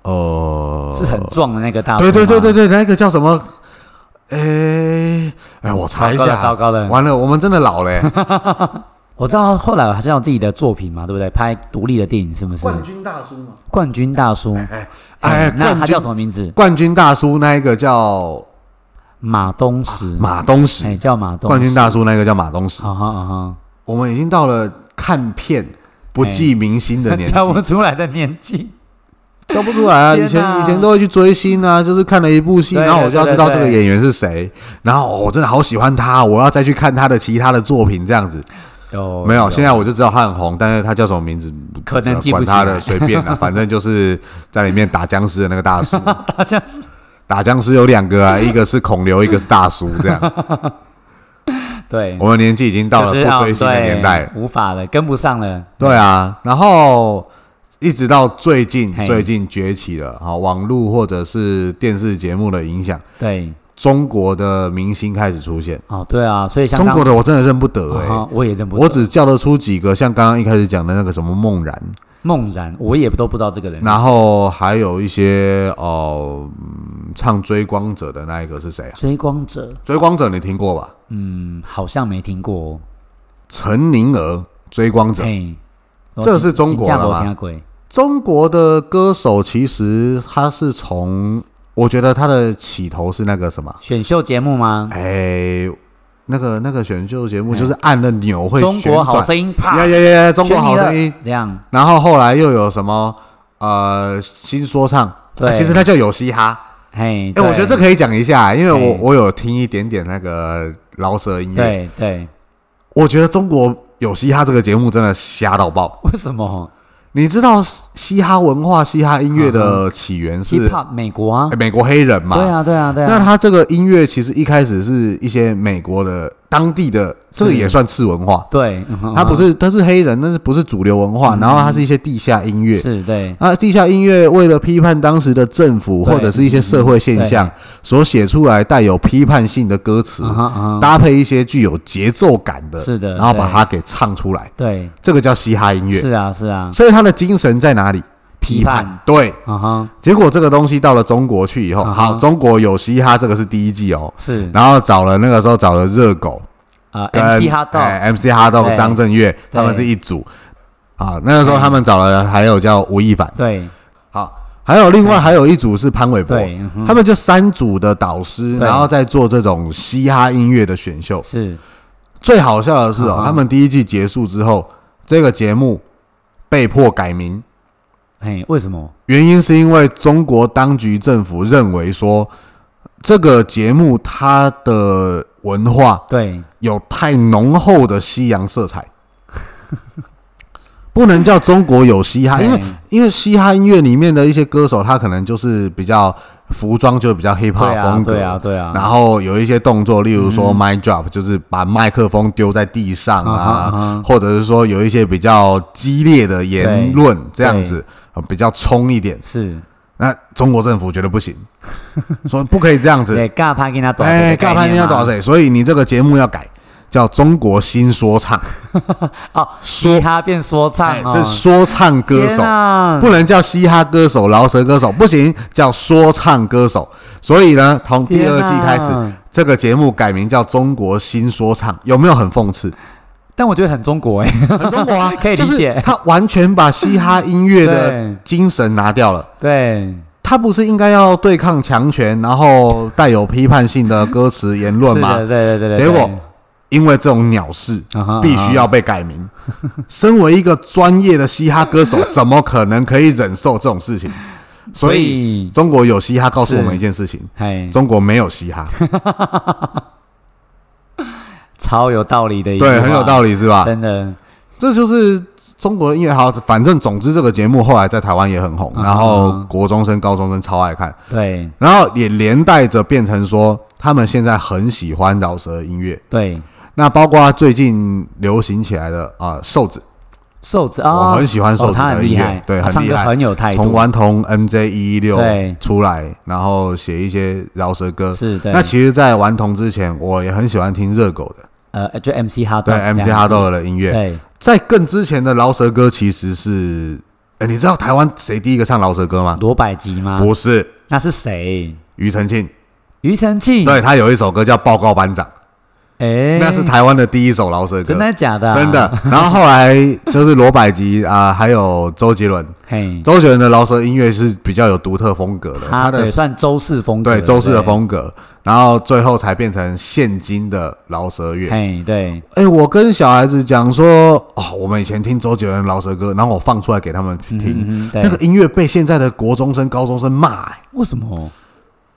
[SPEAKER 1] 呃，
[SPEAKER 2] 是很壮的那个大
[SPEAKER 1] 对
[SPEAKER 2] 叔吗，
[SPEAKER 1] 对对对对，那个叫什么？哎、哎，我查一
[SPEAKER 2] 糟糕
[SPEAKER 1] 下，
[SPEAKER 2] 了糟糕了
[SPEAKER 1] 完了，我们真的老了、
[SPEAKER 2] [laughs] 我知道后来好像有自己的作品嘛，对不对？拍独立的电影是不是？
[SPEAKER 1] 军大叔嘛，
[SPEAKER 2] 冠军大叔，
[SPEAKER 1] 哎哎，
[SPEAKER 2] 嗯那
[SPEAKER 1] 冠
[SPEAKER 2] 他叫什
[SPEAKER 1] 军
[SPEAKER 2] 么名字？
[SPEAKER 1] 冠军大叔那一个叫
[SPEAKER 2] 马东石，
[SPEAKER 1] 马东石，
[SPEAKER 2] 哎，叫马东石
[SPEAKER 1] 冠军大，叔那个叫马东石。
[SPEAKER 2] 啊哈啊哈，
[SPEAKER 1] 我们已经到了看片不记明星的年纪，
[SPEAKER 2] [laughs] 叫哎不出来的年纪，
[SPEAKER 1] 叫不出来啊！
[SPEAKER 2] [laughs] 天
[SPEAKER 1] 以前
[SPEAKER 2] 哪
[SPEAKER 1] 以前都会去追星啊，就是看了一部戏，
[SPEAKER 2] 对
[SPEAKER 1] 然后我就要知道
[SPEAKER 2] 对
[SPEAKER 1] 这
[SPEAKER 2] 对
[SPEAKER 1] 个
[SPEAKER 2] 对
[SPEAKER 1] 演员是谁，然后哦我真的好喜欢他，我要再去看他的其他的作品，这样子
[SPEAKER 2] 哦有
[SPEAKER 1] 没有？现在我就知道他很红，但是他叫什么名字？
[SPEAKER 2] 可能记不
[SPEAKER 1] 管
[SPEAKER 2] 起来
[SPEAKER 1] 他的，随便
[SPEAKER 2] [laughs]
[SPEAKER 1] 啦，反正就是在里面打僵尸的那个大叔。 [laughs]
[SPEAKER 2] 好像是
[SPEAKER 1] 打僵尸有两个
[SPEAKER 2] [laughs]
[SPEAKER 1] 啊，一个是孔刘，一个是大叔，这样。
[SPEAKER 2] 对，
[SPEAKER 1] 我们年纪已经到了
[SPEAKER 2] 就是
[SPEAKER 1] 不追星的年代了
[SPEAKER 2] 哦。对无法了，跟不上了。
[SPEAKER 1] 对啊，然后一直到最近
[SPEAKER 2] 嘿
[SPEAKER 1] 最近崛起了啊，网络或者是电视节目的影响，
[SPEAKER 2] 对，
[SPEAKER 1] 中国的明星开始出现。
[SPEAKER 2] 哦，对啊，所以像
[SPEAKER 1] 中
[SPEAKER 2] 刚
[SPEAKER 1] 国的我真的认不得哎、
[SPEAKER 2] 啊哈我也认不得，
[SPEAKER 1] 我只叫得出几个，像刚刚一开始讲的那个什么梦然，
[SPEAKER 2] 梦然，我也都不知道这个人。
[SPEAKER 1] 然后还有一些哦、嗯唱《追光者》的那一个是谁啊？
[SPEAKER 2] 追光者，
[SPEAKER 1] 《追光者》你听过吧？
[SPEAKER 2] 嗯，好像没听过、哦。
[SPEAKER 1] 陈宁儿，《追光者》
[SPEAKER 2] 嘿，哦
[SPEAKER 1] 这是中国的吗
[SPEAKER 2] 吗？鬼
[SPEAKER 1] 中国的歌手其实他是从，我觉得他的起头是那个什么，
[SPEAKER 2] 嗯选秀节目吗？
[SPEAKER 1] 哎，那个那个选秀节目，
[SPEAKER 2] 哎
[SPEAKER 1] 就是按了钮会
[SPEAKER 2] 中
[SPEAKER 1] 旋
[SPEAKER 2] 国好
[SPEAKER 1] 转，
[SPEAKER 2] 声音啪
[SPEAKER 1] 呀，呀呀呀，中国
[SPEAKER 2] 选你
[SPEAKER 1] 好
[SPEAKER 2] 了
[SPEAKER 1] 声音。啊
[SPEAKER 2] 这样
[SPEAKER 1] 然后后来又有什么呃新说唱，
[SPEAKER 2] 对
[SPEAKER 1] 啊其实它叫有嘻哈。
[SPEAKER 2] 嘿。
[SPEAKER 1] 哎，我觉得这
[SPEAKER 2] 个
[SPEAKER 1] 可以讲一下，因为我
[SPEAKER 2] 嘿
[SPEAKER 1] 我有听一点点那个饶舌音乐，
[SPEAKER 2] 对对，
[SPEAKER 1] 我觉得中国有嘻哈这个节目真的瞎到爆。
[SPEAKER 2] 为什么
[SPEAKER 1] 你知道嘻哈文化、嘻哈音乐的起源是
[SPEAKER 2] hiphop 美国啊
[SPEAKER 1] 哎？美国黑人嘛？
[SPEAKER 2] 对啊对啊对啊。
[SPEAKER 1] 那他这个音乐其实一开始是一些美国的当地的，这个也算次文化。
[SPEAKER 2] 对，
[SPEAKER 1] [laughs]
[SPEAKER 2] 嗯
[SPEAKER 1] 他不是，他是黑人，但是不是主流文化。然后他是一些地下音乐。
[SPEAKER 2] 是对
[SPEAKER 1] 啊，地下音乐为了批判当时的政府
[SPEAKER 2] 对嗯
[SPEAKER 1] 或者是一些社会现象所写出来带有批判性的歌词，
[SPEAKER 2] 嗯哼嗯哼
[SPEAKER 1] 搭配一些具有节奏感的，
[SPEAKER 2] 是的
[SPEAKER 1] 然后把
[SPEAKER 2] 对
[SPEAKER 1] 它给唱出来，
[SPEAKER 2] 对，
[SPEAKER 1] 这个叫嘻哈音乐。
[SPEAKER 2] 是啊是啊，
[SPEAKER 1] 所以它的精神在哪里？
[SPEAKER 2] 批判
[SPEAKER 1] 对，
[SPEAKER 2] 啊哈
[SPEAKER 1] 结果这个东西到了中国去以后，
[SPEAKER 2] 嗯哼
[SPEAKER 1] 好，中国有嘻哈，这个是第一季哦。
[SPEAKER 2] 是
[SPEAKER 1] 然后找了那个时候找了热狗
[SPEAKER 2] 啊
[SPEAKER 1] 跟
[SPEAKER 2] ，MC 哈豆
[SPEAKER 1] 哎 MC 哈豆
[SPEAKER 2] 对
[SPEAKER 1] 张震岳，他们是一组。啊，那个时候他们找了还有叫吴亦凡，
[SPEAKER 2] 对
[SPEAKER 1] 好，还有另外还有一组是潘玮柏，
[SPEAKER 2] 对，嗯哼
[SPEAKER 1] 他们就三组的导师，
[SPEAKER 2] 对
[SPEAKER 1] 然后再做这种嘻哈音乐的选秀。
[SPEAKER 2] 是
[SPEAKER 1] 最好笑的是哦
[SPEAKER 2] 嗯，哼
[SPEAKER 1] 他们第一季结束之后，这个节目被迫改名，
[SPEAKER 2] 嘿，为什么？
[SPEAKER 1] 原因是因为中国当局政府认为说这个节目它的文化
[SPEAKER 2] 对
[SPEAKER 1] 有太浓厚的西洋色彩。不能叫中国有嘻哈，
[SPEAKER 2] 对
[SPEAKER 1] 因为因为嘻哈音乐里面的一些歌手，他可能就是比较服装就比较 hip
[SPEAKER 2] 对
[SPEAKER 1] hop
[SPEAKER 2] 啊
[SPEAKER 1] 风格，
[SPEAKER 2] 对啊对啊，嗯
[SPEAKER 1] 然后有一些动作，例如说 mic drop，、就是把麦克风丢在地上啊，
[SPEAKER 2] 嗯哼嗯哼
[SPEAKER 1] 或者是说有一些比较激烈的言论这样子，呃比较冲一点。
[SPEAKER 2] 是
[SPEAKER 1] 那中国政府觉得不
[SPEAKER 2] [laughs]
[SPEAKER 1] 行，说不可以这样子，
[SPEAKER 2] 对尬拍给他多少钱
[SPEAKER 1] 哎，
[SPEAKER 2] 的概
[SPEAKER 1] 尬拍
[SPEAKER 2] 念
[SPEAKER 1] 你要
[SPEAKER 2] 吗
[SPEAKER 1] 多少？岁？所以你这个节目要改，叫中国新说唱，
[SPEAKER 2] [laughs] 哦，
[SPEAKER 1] 说
[SPEAKER 2] 嘻哈变说唱
[SPEAKER 1] 哎，
[SPEAKER 2] 哦，
[SPEAKER 1] 这说唱歌手
[SPEAKER 2] 天。啊
[SPEAKER 1] 不能叫嘻哈歌手、饶舌歌手，不行，叫说唱歌手。所以呢，从第二季开始
[SPEAKER 2] 天，哪
[SPEAKER 1] 这个节目改名叫《中国新说唱》，有没有很讽
[SPEAKER 2] [laughs]
[SPEAKER 1] 刺？
[SPEAKER 2] 但我觉得很中国哎，，
[SPEAKER 1] 很中国啊
[SPEAKER 2] 可以理解
[SPEAKER 1] 就是他完全把嘻哈音乐的
[SPEAKER 2] 对
[SPEAKER 1] 精神拿掉了。
[SPEAKER 2] [laughs] 对
[SPEAKER 1] 他不是应该要对抗强权，然后带有批判性的歌词言论
[SPEAKER 2] 是
[SPEAKER 1] 吗
[SPEAKER 2] 的？对对对对，
[SPEAKER 1] 结果
[SPEAKER 2] 对
[SPEAKER 1] 因为这种鸟事，
[SPEAKER 2] 啊哈
[SPEAKER 1] 必须要被改名。身为一个专业的嘻哈歌
[SPEAKER 2] [laughs]
[SPEAKER 1] 手，怎么可能可以忍受这种事情？所
[SPEAKER 2] 所
[SPEAKER 1] 以，
[SPEAKER 2] 以
[SPEAKER 1] 中国有嘻哈告诉
[SPEAKER 2] 是
[SPEAKER 1] 我们一件事情：
[SPEAKER 2] 哎，
[SPEAKER 1] 中国没有嘻哈。
[SPEAKER 2] 超有道 [laughs] 理的一句话，
[SPEAKER 1] 对，很有道理，是吧？
[SPEAKER 2] 真的
[SPEAKER 1] 这就是中国的音乐好，反正总之这个节目后来在台湾也很红，
[SPEAKER 2] 啊哈
[SPEAKER 1] 然后国中生、高中生超爱看，
[SPEAKER 2] 对
[SPEAKER 1] 然后也连带着变成说他们现在很喜欢饶舌音乐。
[SPEAKER 2] 对，
[SPEAKER 1] 那包括最近流行起来的啊、呃瘦子，
[SPEAKER 2] 瘦子啊，
[SPEAKER 1] 我很喜欢瘦子
[SPEAKER 2] 哦他
[SPEAKER 1] 的
[SPEAKER 2] 很
[SPEAKER 1] 音
[SPEAKER 2] 厉
[SPEAKER 1] 乐
[SPEAKER 2] 害，
[SPEAKER 1] 对
[SPEAKER 2] 他
[SPEAKER 1] 很
[SPEAKER 2] 唱
[SPEAKER 1] 厉
[SPEAKER 2] 歌
[SPEAKER 1] 害
[SPEAKER 2] 很有态
[SPEAKER 1] 从
[SPEAKER 2] 度，
[SPEAKER 1] 顽童 MJ 一六
[SPEAKER 2] 对
[SPEAKER 1] 出来，然后写一些饶舌歌。
[SPEAKER 2] 是对。
[SPEAKER 1] 那其实，在顽童之前，我也很喜欢听热狗的，
[SPEAKER 2] 呃，就 MC 哈豆
[SPEAKER 1] 对
[SPEAKER 2] 这样子，
[SPEAKER 1] MC 哈豆的音乐。
[SPEAKER 2] 对，
[SPEAKER 1] 在更之前的饶舌歌其实是，哎、你知道台湾谁第一个唱饶舌歌吗？
[SPEAKER 2] 罗百吉吗？
[SPEAKER 1] 不是
[SPEAKER 2] 那是谁？
[SPEAKER 1] 庾澄庆，
[SPEAKER 2] 庾澄庆。
[SPEAKER 1] 对他有一首歌叫《报告班长》，
[SPEAKER 2] 嗯哎，
[SPEAKER 1] 那是台湾的第一首饶舌歌
[SPEAKER 2] 真，的啊假的？
[SPEAKER 1] 真的，。然后后来就是罗百吉啊、还有周杰伦，
[SPEAKER 2] 嘿，
[SPEAKER 1] 周杰伦的饶舌音乐是比较有独特风格的，
[SPEAKER 2] 嗯他
[SPEAKER 1] 的
[SPEAKER 2] 对算周氏风格，
[SPEAKER 1] 对周氏的。风格，然后最后才变成现今的饶舌乐。
[SPEAKER 2] 嘿，对，
[SPEAKER 1] 哎、我跟小孩子讲说，哦，我们以前听周杰伦饶舌歌，然后我放出来给他们听，
[SPEAKER 2] 嗯哼，对
[SPEAKER 1] 那个音乐被现在的国中生、高中生骂、欸。
[SPEAKER 2] 为什么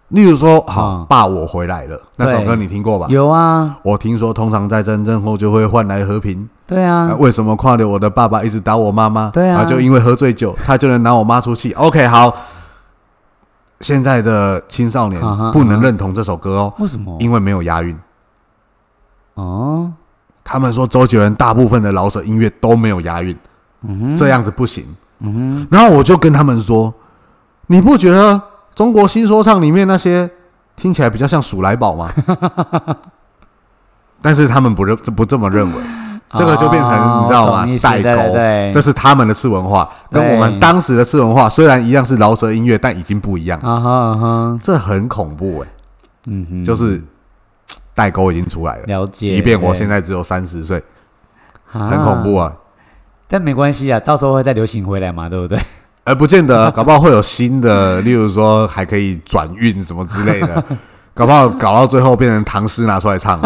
[SPEAKER 1] 例如说，好、
[SPEAKER 2] 嗯
[SPEAKER 1] 爸，我回来了那首歌，你听过吧？
[SPEAKER 2] 有啊？
[SPEAKER 1] 我听说，通常在战争后就会换来和平。
[SPEAKER 2] 对
[SPEAKER 1] 啊
[SPEAKER 2] 啊，
[SPEAKER 1] 为什么跨流我的爸爸一直打我妈妈？
[SPEAKER 2] 对啊
[SPEAKER 1] 就因为喝醉酒，他就能拿我妈出气。OK，好。现在的青少年
[SPEAKER 2] 啊哈
[SPEAKER 1] 不能
[SPEAKER 2] 啊哈
[SPEAKER 1] 认同这首歌哦，
[SPEAKER 2] 为什么？
[SPEAKER 1] 因为没有押韵。
[SPEAKER 2] 哦，
[SPEAKER 1] 他们说周杰伦大部分的老舍音乐都没有押韵，
[SPEAKER 2] 嗯哼，
[SPEAKER 1] 这样子不行。
[SPEAKER 2] 嗯哼，
[SPEAKER 1] 然后我就跟他们说：“你不觉得中国新说唱里面那些听起来比较像鼠来
[SPEAKER 2] [laughs]
[SPEAKER 1] 宝吗？”但是他们不认不这么认为，这个就变成、
[SPEAKER 2] 哦
[SPEAKER 1] 你知道
[SPEAKER 2] 我
[SPEAKER 1] 吗
[SPEAKER 2] 懂意？思
[SPEAKER 1] 代
[SPEAKER 2] 对对
[SPEAKER 1] 沟，
[SPEAKER 2] 对
[SPEAKER 1] 这是他们的次文化，跟
[SPEAKER 2] 对
[SPEAKER 1] 我们当时的次文化虽然一样是饶舌音乐，但已经不一样，
[SPEAKER 2] 啊哈啊哈，
[SPEAKER 1] 这很恐怖哎、
[SPEAKER 2] 嗯哼，
[SPEAKER 1] 就是代沟已经出来了。
[SPEAKER 2] 了解。
[SPEAKER 1] 即便我现
[SPEAKER 2] 在
[SPEAKER 1] 在只有三十岁，很恐怖啊，
[SPEAKER 2] 但没关系啊，到时候会再流行回来嘛，对不对？ [laughs]
[SPEAKER 1] 呃，不见得，搞不好会有新的，例如说还可
[SPEAKER 2] [laughs]
[SPEAKER 1] 以转运什么之类的，搞不好搞到最后变成唐诗拿出来唱，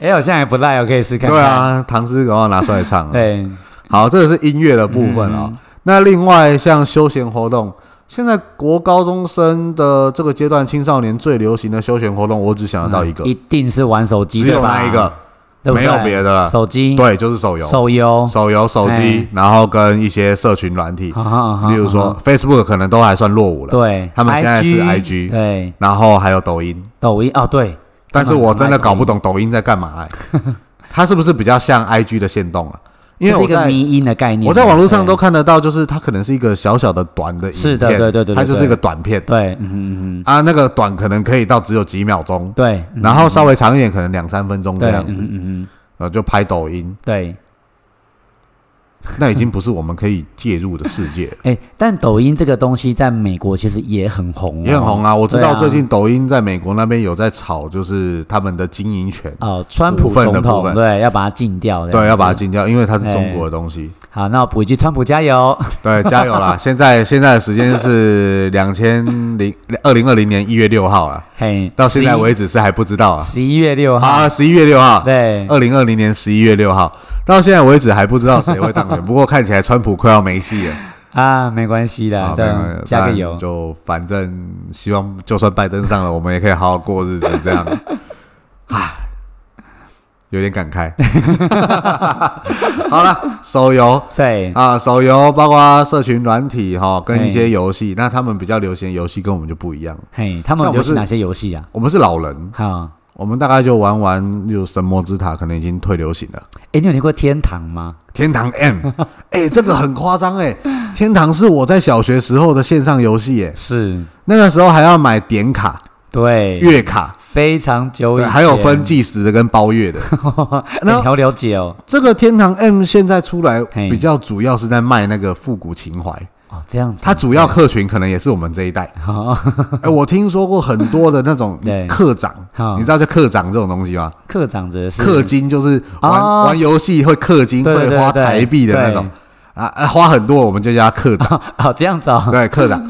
[SPEAKER 2] 哎，好像也不赖哦，可以试看看。
[SPEAKER 1] 对，啊，唐诗赶快拿出来唱、啊。
[SPEAKER 2] 对，嗯
[SPEAKER 1] 好，这个是音乐的部分啊、那另外像休闲活动，现在国高中生的这个阶段，青少年最流行的休闲活动，我只想得到一个，
[SPEAKER 2] 嗯一定是玩手机，
[SPEAKER 1] 只有
[SPEAKER 2] 对吧
[SPEAKER 1] 那一个，，
[SPEAKER 2] 对不对
[SPEAKER 1] 没有别的了
[SPEAKER 2] 手机，，
[SPEAKER 1] 对，就是手游、
[SPEAKER 2] 手哎游，
[SPEAKER 1] 手游、手机，然后跟一些社群软体，
[SPEAKER 2] 好好好
[SPEAKER 1] 例如说 Facebook 可能都还算落伍了，
[SPEAKER 2] 啊对，
[SPEAKER 1] 他们现在是 IG
[SPEAKER 2] 对，
[SPEAKER 1] 然后还有抖音，
[SPEAKER 2] 抖音哦，对，
[SPEAKER 1] 但是
[SPEAKER 2] 他们
[SPEAKER 1] 我
[SPEAKER 2] 很爱
[SPEAKER 1] 真的搞
[SPEAKER 2] 抖
[SPEAKER 1] 不懂抖音在干嘛、
[SPEAKER 2] [laughs]
[SPEAKER 1] 欸，它是不是比较像 IG 的线动啊？因为
[SPEAKER 2] 这是
[SPEAKER 1] 我
[SPEAKER 2] 一个
[SPEAKER 1] 在
[SPEAKER 2] 迷音的概念，
[SPEAKER 1] 我在网络上
[SPEAKER 2] 对
[SPEAKER 1] 都看得到，就是它可能是一个小小的短的影片，
[SPEAKER 2] 是的对对对对
[SPEAKER 1] 它就是一个短片
[SPEAKER 2] 对，嗯嗯嗯，
[SPEAKER 1] 啊，那个短可能可以到只有几秒钟，
[SPEAKER 2] 对，嗯
[SPEAKER 1] 然后稍微长一点可能两三分钟这
[SPEAKER 2] 对，
[SPEAKER 1] 样
[SPEAKER 2] 嗯
[SPEAKER 1] 子，
[SPEAKER 2] 嗯嗯，
[SPEAKER 1] 呃，就拍抖音，
[SPEAKER 2] 对，，
[SPEAKER 1] 那已经不是我们可以介入的世界了
[SPEAKER 2] [laughs] 哎，但抖音这个东西在美国其实也很红哦，
[SPEAKER 1] 也很红啊。我知
[SPEAKER 2] 对
[SPEAKER 1] 道最近抖音在美国那边有在炒，就是他们的经营权，
[SPEAKER 2] 哦，川普
[SPEAKER 1] 股份的
[SPEAKER 2] 总
[SPEAKER 1] 部
[SPEAKER 2] 统
[SPEAKER 1] 分
[SPEAKER 2] 对要把它禁掉，这样
[SPEAKER 1] 对，要把它
[SPEAKER 2] 子
[SPEAKER 1] 禁掉，因为它是中国的东西。
[SPEAKER 2] 好，那我补一句，川普加油，
[SPEAKER 1] 对，加油啦！现在现在的时间是两千零二零二零年一月六号啊，
[SPEAKER 2] [laughs] 嘿，
[SPEAKER 1] 到现在为止是还不知道啊。
[SPEAKER 2] 十一月六号，
[SPEAKER 1] 啊，十一月六号，
[SPEAKER 2] 对，
[SPEAKER 1] 二零二零年十一月六号，到现在为止还不知道谁会当
[SPEAKER 2] [laughs]
[SPEAKER 1] 选。不过看起来川普快要没戏了，
[SPEAKER 2] 啊，没关系的，
[SPEAKER 1] 啊
[SPEAKER 2] 对
[SPEAKER 1] 没有没有，
[SPEAKER 2] 加个
[SPEAKER 1] 但
[SPEAKER 2] 油，
[SPEAKER 1] 就反正希望，就算拜登上了，我们也可以好好过日子，这
[SPEAKER 2] [laughs]
[SPEAKER 1] 样。唉，有点感慨。 [laughs] 好了，手游
[SPEAKER 2] 对，
[SPEAKER 1] 啊，手游包括社群软体哈，跟一
[SPEAKER 2] 哎
[SPEAKER 1] 些游戏，那他们比较流行的游戏跟我们就不一样了。
[SPEAKER 2] 嘿，他们
[SPEAKER 1] 像我
[SPEAKER 2] 流
[SPEAKER 1] 是
[SPEAKER 2] 行哪些游戏啊？
[SPEAKER 1] 我们是老人，
[SPEAKER 2] 好，
[SPEAKER 1] 我们大概就玩玩，就神魔之塔可能已经退流行了。
[SPEAKER 2] 哎，你有听过天堂吗？
[SPEAKER 1] 天堂 M，哎、这个很夸张哎！天堂是我在小学时候的线上游戏哎，
[SPEAKER 2] 是，
[SPEAKER 1] 那个时候还要买点卡、
[SPEAKER 2] 对，
[SPEAKER 1] 月卡，
[SPEAKER 2] 非常久
[SPEAKER 1] 对，
[SPEAKER 2] 远，
[SPEAKER 1] 还有
[SPEAKER 2] [laughs]
[SPEAKER 1] 分计时的跟包月的。
[SPEAKER 2] 哎，你
[SPEAKER 1] 然后
[SPEAKER 2] 好了解哦，
[SPEAKER 1] 这个天堂 M 现在出来
[SPEAKER 2] 嘿
[SPEAKER 1] 比较主要是在卖那个复古情怀，
[SPEAKER 2] 哦，这样子，哦
[SPEAKER 1] 它主要客群可能也是我们这一代。
[SPEAKER 2] 好，
[SPEAKER 1] [laughs] 哎、我听说过很多的那种
[SPEAKER 2] [laughs] 对
[SPEAKER 1] 课长
[SPEAKER 2] 好，
[SPEAKER 1] 你知道叫课长这种东西吗？
[SPEAKER 2] [laughs] 课长指的是
[SPEAKER 1] 氪金就是玩、
[SPEAKER 2] 哦
[SPEAKER 1] 玩游戏会氪金，
[SPEAKER 2] 对对
[SPEAKER 1] 会花
[SPEAKER 2] 对
[SPEAKER 1] 台币的那种啊，啊花很多我们就叫他氪长。
[SPEAKER 2] [laughs] 哦，这样子哦，
[SPEAKER 1] 对，科长，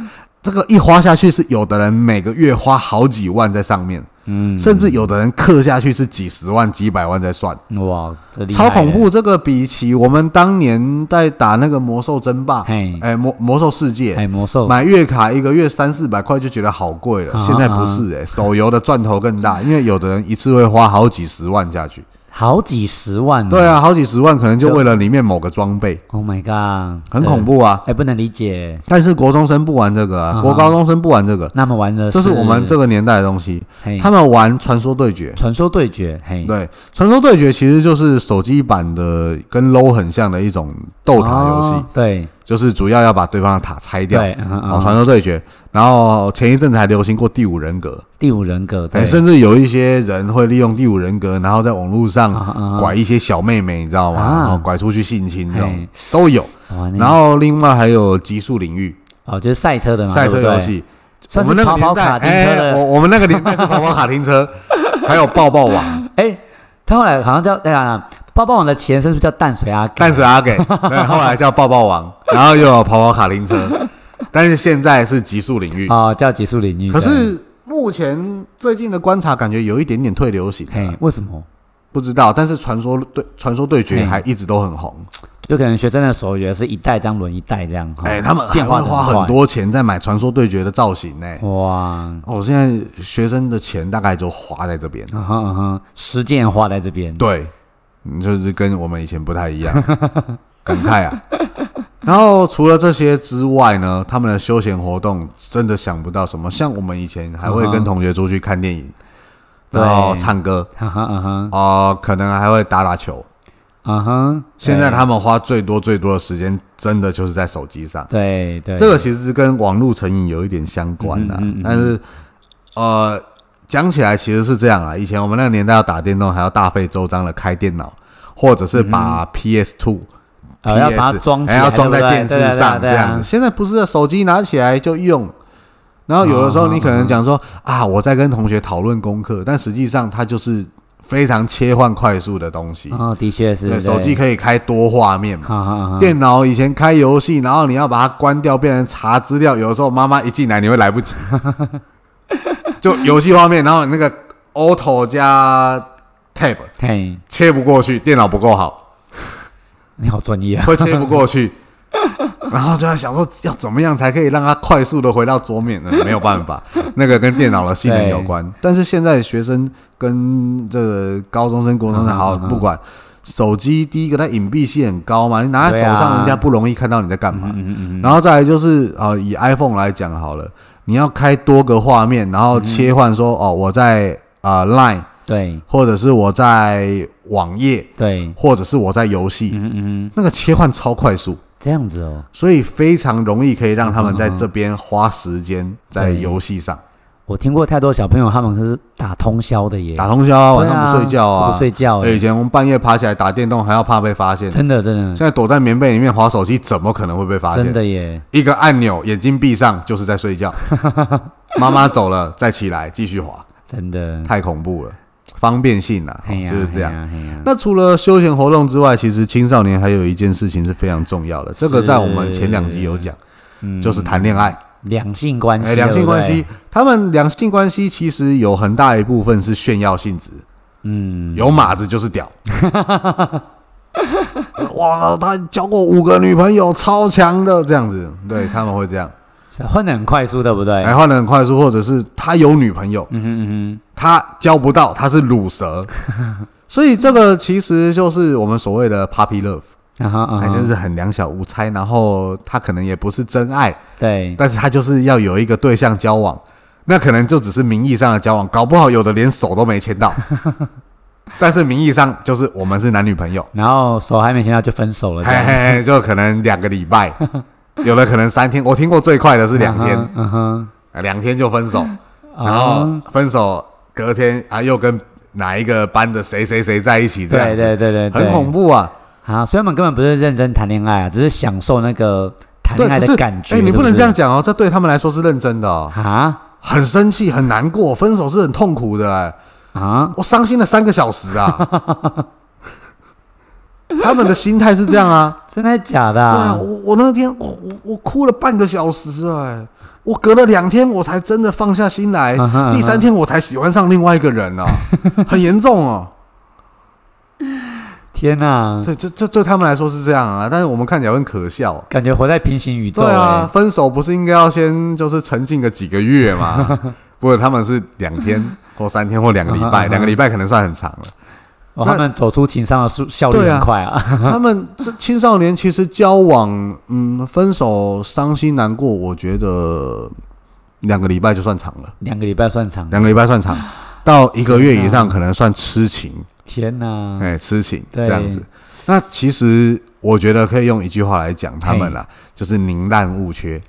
[SPEAKER 1] 这个一花下去是有的人每个月花好几万在上面，
[SPEAKER 2] 嗯，
[SPEAKER 1] 甚至有的人氪下去是几十万、几百万在算，
[SPEAKER 2] 哇，这厉害
[SPEAKER 1] 超
[SPEAKER 2] 了
[SPEAKER 1] 恐，怖。这个比起我们当年在打那个魔兽争霸，
[SPEAKER 2] 嘿，
[SPEAKER 1] 哎，魔魔兽世界。
[SPEAKER 2] 哎，魔兽，
[SPEAKER 1] 买月卡一个月三四百块就觉得好贵了，
[SPEAKER 2] 啊
[SPEAKER 1] 现在不是哎、手游的赚头更
[SPEAKER 2] [laughs]
[SPEAKER 1] 大，因为有的人一次会花好几十万下去，
[SPEAKER 2] 好几十万，
[SPEAKER 1] 对啊，好几十万可能就为了里面某个装备，
[SPEAKER 2] ，Oh my god，
[SPEAKER 1] 很恐
[SPEAKER 2] 怖，
[SPEAKER 1] 怖啊。
[SPEAKER 2] 哎，不能理解，
[SPEAKER 1] 但是国中生不玩这个
[SPEAKER 2] 啊
[SPEAKER 1] 啊，
[SPEAKER 2] 哈
[SPEAKER 1] 国高中生不玩这个，
[SPEAKER 2] 那么玩的，
[SPEAKER 1] 这是
[SPEAKER 2] 是嗯
[SPEAKER 1] 我们这个年代的东西。
[SPEAKER 2] 嘿
[SPEAKER 1] 他们玩传说对决，
[SPEAKER 2] 传说对决，嘿，
[SPEAKER 1] 对，传说对决其实就是手机版的跟 LO 很像的一种斗塔游戏，
[SPEAKER 2] 哦对
[SPEAKER 1] 就是主要要把对方的塔拆掉。
[SPEAKER 2] 对，嗯嗯
[SPEAKER 1] 哦，
[SPEAKER 2] 嗯
[SPEAKER 1] 传说对决，然后前一阵子还流行过第五人格，
[SPEAKER 2] 第五人格，对
[SPEAKER 1] 对，，甚至有一些人会利用第五人格，然后在网络上
[SPEAKER 2] 啊
[SPEAKER 1] 拐一些小妹妹，你知道吗？
[SPEAKER 2] 啊
[SPEAKER 1] 然后拐出去性侵这种
[SPEAKER 2] 嘿嗯
[SPEAKER 1] 都有。
[SPEAKER 2] 哇哦那
[SPEAKER 1] 然后另外还有极速领域
[SPEAKER 2] 哦，就是赛车的嘛，
[SPEAKER 1] 赛车
[SPEAKER 2] 对不对
[SPEAKER 1] 游，戏，我
[SPEAKER 2] 算是
[SPEAKER 1] 们那个
[SPEAKER 2] 跑
[SPEAKER 1] 年
[SPEAKER 2] 跑
[SPEAKER 1] 代，
[SPEAKER 2] 卡丁车
[SPEAKER 1] 哎，我
[SPEAKER 2] 的，
[SPEAKER 1] 我们那个年代是跑跑卡丁
[SPEAKER 2] [laughs]
[SPEAKER 1] 车，还有抱抱网。
[SPEAKER 2] 哎，他后来好像叫哎呀，抱抱网的前身是不是叫淡水阿
[SPEAKER 1] 但是阿给，对，后来叫抱抱王，然后又有跑跑卡丁车，但是现在是极速领域。
[SPEAKER 2] 哦，叫极速领域，
[SPEAKER 1] 可
[SPEAKER 2] 对
[SPEAKER 1] 是目前最近的观察，感觉有一点点退流行了
[SPEAKER 2] 嘿，为什么？
[SPEAKER 1] 不知道。但是传说对传说对决
[SPEAKER 2] 嘿
[SPEAKER 1] 还一直都很红，
[SPEAKER 2] 就可能学生的手也是一代这样轮一代这样，哈
[SPEAKER 1] 哎，他们还
[SPEAKER 2] 变
[SPEAKER 1] 会
[SPEAKER 2] 化得
[SPEAKER 1] 花
[SPEAKER 2] 快
[SPEAKER 1] 很多钱在买传说对决的造型呢。
[SPEAKER 2] 哇，
[SPEAKER 1] 哦，现在学生的钱大概就花在这边，
[SPEAKER 2] 嗯哼嗯哼，实践花在这边，
[SPEAKER 1] 对，嗯就是跟我们以前不太一 [laughs] 样，感慨啊。然后除了这些之外呢，他们的休闲活动真的想不到什么。像我们以前还会
[SPEAKER 2] 嗯
[SPEAKER 1] 跟
[SPEAKER 2] 哼
[SPEAKER 1] 同学出去看电影，
[SPEAKER 2] 对
[SPEAKER 1] 然后唱歌，
[SPEAKER 2] 嗯哼嗯哼
[SPEAKER 1] 哦、可能还会打打球。
[SPEAKER 2] 嗯哼，
[SPEAKER 1] 现在他们花最多最多的时间，真的就是在手机上。
[SPEAKER 2] 对对
[SPEAKER 1] 这个其实是跟网络成瘾有一点相关的、
[SPEAKER 2] 哎嗯哼嗯哼
[SPEAKER 1] 但是呃，讲起来其实是这样啊。以前我们那个年代要打电动，还要大费周章的开电脑，或者是把 PS Two、
[SPEAKER 2] 呃嗯要把它装起
[SPEAKER 1] 还
[SPEAKER 2] 来，
[SPEAKER 1] 要装在
[SPEAKER 2] 对不
[SPEAKER 1] 电
[SPEAKER 2] 对
[SPEAKER 1] 视上这
[SPEAKER 2] 对啊对啊对啊
[SPEAKER 1] 样子。现在不是啊手机拿起来就用，然后有的时候你可能讲
[SPEAKER 2] 哦
[SPEAKER 1] 说啊，我在跟同学讨论功课，但实际上它就是非常切换快速的东西。
[SPEAKER 2] 哦，的确是
[SPEAKER 1] 对，手机，可以开多画面嘛。
[SPEAKER 2] 哈哈哈，
[SPEAKER 1] 电脑以前开游戏，然后你要把它关掉，变成查资料。有的时候妈妈一进来，你会来不及。 [laughs] 就游戏画面，然后那个 Auto 加 tab
[SPEAKER 2] 嘿，
[SPEAKER 1] 切不过去，电脑不够好，
[SPEAKER 2] 你好专业啊！
[SPEAKER 1] [laughs] 会切不过去，然后就在想说要怎么样才可以让它快速的回到桌面呢？没有办法，那个跟电脑的性能有关。但是现在学生跟这个高中生、国中生好
[SPEAKER 2] 嗯嗯嗯
[SPEAKER 1] 不管，手机第一个它隐蔽性很高嘛，你拿在手
[SPEAKER 2] 对
[SPEAKER 1] 上，
[SPEAKER 2] 啊
[SPEAKER 1] 人家不容易看到你在干嘛。
[SPEAKER 2] 嗯嗯嗯，
[SPEAKER 1] 然后再来就是呃，以 iPhone 来讲好了，你要开多个画面，然
[SPEAKER 2] 嗯
[SPEAKER 1] 后切换说、哦，我在啊、呃 Line，
[SPEAKER 2] 对
[SPEAKER 1] 或者是我在网页，
[SPEAKER 2] 对，
[SPEAKER 1] 或者是我在游戏，
[SPEAKER 2] 嗯嗯嗯，
[SPEAKER 1] 那个切换超快速，
[SPEAKER 2] 这样子哦。
[SPEAKER 1] 所以非常容易可以让他们在这边花时间在
[SPEAKER 2] 对
[SPEAKER 1] 游戏
[SPEAKER 2] 嗯
[SPEAKER 1] 上
[SPEAKER 2] 我听过太多小朋友他们是打通宵的耶，
[SPEAKER 1] 打通宵啊、晚上不
[SPEAKER 2] 对
[SPEAKER 1] 睡觉啊。
[SPEAKER 2] 不睡觉
[SPEAKER 1] 哎以
[SPEAKER 2] 耶，
[SPEAKER 1] 前我们半夜爬起来打电动还要怕被发现，现
[SPEAKER 2] 真的真的
[SPEAKER 1] 在躲在棉被里面划手机，怎么可能会被发现
[SPEAKER 2] 真？的耶，
[SPEAKER 1] 一个按钮，眼睛闭上就是在睡觉。 [laughs] 妈妈走了，再起来继续滑，
[SPEAKER 2] 真的，
[SPEAKER 1] 太恐怖了。方便性啊，
[SPEAKER 2] 嗯哎嘿呀
[SPEAKER 1] 就是这样。
[SPEAKER 2] 嘿呀嘿呀
[SPEAKER 1] 那除了休闲活动之外，其实青少年还有一件事情是非常重要的，这个在我们前两集有讲，
[SPEAKER 2] 嗯
[SPEAKER 1] 就是谈恋爱，
[SPEAKER 2] 两性关系，
[SPEAKER 1] 哎，两性
[SPEAKER 2] 对不
[SPEAKER 1] 关
[SPEAKER 2] 对
[SPEAKER 1] 系，，他们两性关系其实有很大一部分是炫耀性质，
[SPEAKER 2] 嗯，
[SPEAKER 1] 有码子就是屌。 [laughs] 哇，他交过五个女朋友，超强的，这样子，对他们会这样。
[SPEAKER 2] 换的很快速，对不对？
[SPEAKER 1] 哎，换的很快速，或者是他有女朋友，
[SPEAKER 2] 嗯哼嗯
[SPEAKER 1] 他交不到，他是乳
[SPEAKER 2] [laughs]
[SPEAKER 1] 蛇，所以这个其实就是我们所谓的 puppy love，
[SPEAKER 2] 哼，啊哈啊
[SPEAKER 1] 哎，
[SPEAKER 2] 哈，
[SPEAKER 1] 就是很两小无猜，然后他可能也不是真爱，
[SPEAKER 2] 对，
[SPEAKER 1] 但是他就是要有一个对象交往，那可能就只是名义上的交往，搞不好有的连手都没牵
[SPEAKER 2] [laughs]
[SPEAKER 1] 到，但是名义上就是我们是男女朋友，
[SPEAKER 2] 然后手还没牵到就分手了，这
[SPEAKER 1] 嘿
[SPEAKER 2] 样
[SPEAKER 1] 嘿嘿，就可能两个礼拜，有的可能三天，我听过最快的是两
[SPEAKER 2] [laughs]
[SPEAKER 1] 天，，
[SPEAKER 2] 嗯哼
[SPEAKER 1] 两天就分手。
[SPEAKER 2] 嗯哼，
[SPEAKER 1] 然后
[SPEAKER 2] 哦
[SPEAKER 1] 分手隔天啊，又跟哪一个班的谁谁谁在一起，这样
[SPEAKER 2] 对
[SPEAKER 1] 子
[SPEAKER 2] 对对对，对
[SPEAKER 1] 很恐。怖啊！
[SPEAKER 2] 啊，所以他们根本不是认真谈恋爱啊，只是享受那个谈
[SPEAKER 1] 对，
[SPEAKER 2] 恋
[SPEAKER 1] 可
[SPEAKER 2] 爱
[SPEAKER 1] 是
[SPEAKER 2] 的感觉。
[SPEAKER 1] 哎，你
[SPEAKER 2] 是不
[SPEAKER 1] 不能
[SPEAKER 2] 是
[SPEAKER 1] 这样讲哦，这对他们来说是认真的哦，
[SPEAKER 2] 啊
[SPEAKER 1] 很生气，很难过，分手是很痛苦的、哎
[SPEAKER 2] 啊！
[SPEAKER 1] 我伤心了三个小时啊！ [laughs] 他们的心态是这样啊，
[SPEAKER 2] 真的假的、
[SPEAKER 1] 对啊，我我那天我我我哭了半个小时哎、我隔了两天我才真的放下心来
[SPEAKER 2] 嗯哼嗯，哼
[SPEAKER 1] 哎第三天我才喜欢上另外一个人
[SPEAKER 2] [laughs]
[SPEAKER 1] 呢、很严重哦。
[SPEAKER 2] 天哪、
[SPEAKER 1] 对，这这对他们来说是这样啊，但是我们看起来很可笑。
[SPEAKER 2] 感觉活在平行宇宙、
[SPEAKER 1] 对
[SPEAKER 2] 欸。
[SPEAKER 1] 啊，分手不是应该要先就是沉浸个几个月
[SPEAKER 2] [laughs]
[SPEAKER 1] 嘛？不过他们是两天或三天或两个礼
[SPEAKER 2] 啊哈啊
[SPEAKER 1] 拜，
[SPEAKER 2] 哈
[SPEAKER 1] 两个礼拜可能算很长啊了。
[SPEAKER 2] 哦，
[SPEAKER 1] 那
[SPEAKER 2] 他们走出情商的速效率
[SPEAKER 1] 对啊
[SPEAKER 2] 很快啊。 [laughs]
[SPEAKER 1] 他们这青少年其实交往，嗯，分手伤心难过，我觉得两个礼拜就算长了，
[SPEAKER 2] 两个礼拜算长。
[SPEAKER 1] 两个礼拜算长，到一个月以上可能算痴情，
[SPEAKER 2] 天哪、
[SPEAKER 1] 哎，痴情
[SPEAKER 2] 嗯对
[SPEAKER 1] 这样子。那其实我觉得可以用一句话来讲他们啦，就是宁滥勿缺。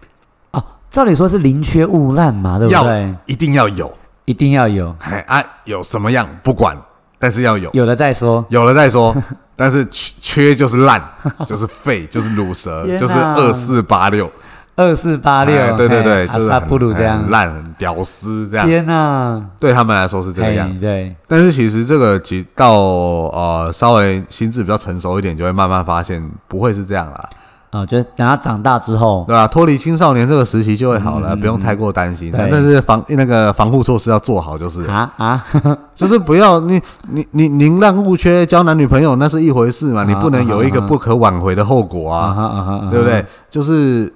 [SPEAKER 2] 哦，照理说是宁缺毋滥嘛，对不
[SPEAKER 1] 要
[SPEAKER 2] 对？
[SPEAKER 1] 一定要有，
[SPEAKER 2] 一定要有，
[SPEAKER 1] 哎啊，有什么样不管，但是要有，
[SPEAKER 2] 有了再说。
[SPEAKER 1] 有了再
[SPEAKER 2] [laughs]
[SPEAKER 1] 说。但是缺缺就是烂，就是废，就是乳蛇，
[SPEAKER 2] 天哪
[SPEAKER 1] 就是二四八六，
[SPEAKER 2] 二四
[SPEAKER 1] 哎
[SPEAKER 2] 八六，
[SPEAKER 1] 对对对，
[SPEAKER 2] 啊哦嘿
[SPEAKER 1] 就是
[SPEAKER 2] 阿萨
[SPEAKER 1] 很
[SPEAKER 2] 布鲁这样
[SPEAKER 1] 很。烂很屌丝这样，
[SPEAKER 2] 天哪、
[SPEAKER 1] 对他们来说是这个
[SPEAKER 2] 嘿
[SPEAKER 1] 样子。
[SPEAKER 2] 对，
[SPEAKER 1] 但是其实这个其到呃稍微心智比较成熟一点，就会慢慢发现不会是这样啦，
[SPEAKER 2] 啊、就是等他长大之后，
[SPEAKER 1] 对吧、脱离青少年这个时期就会好了，不用太过担心。
[SPEAKER 2] 嗯对
[SPEAKER 1] 但是防那个防护措施要做好就是了。
[SPEAKER 2] 啊啊，
[SPEAKER 1] 就是不要你你你宁滥勿缺，交男女朋友那是一回事嘛，
[SPEAKER 2] 啊
[SPEAKER 1] 你不能有一个不可挽回的后果
[SPEAKER 2] 啊
[SPEAKER 1] 啊，
[SPEAKER 2] 哈啊哈，
[SPEAKER 1] 对不对？就是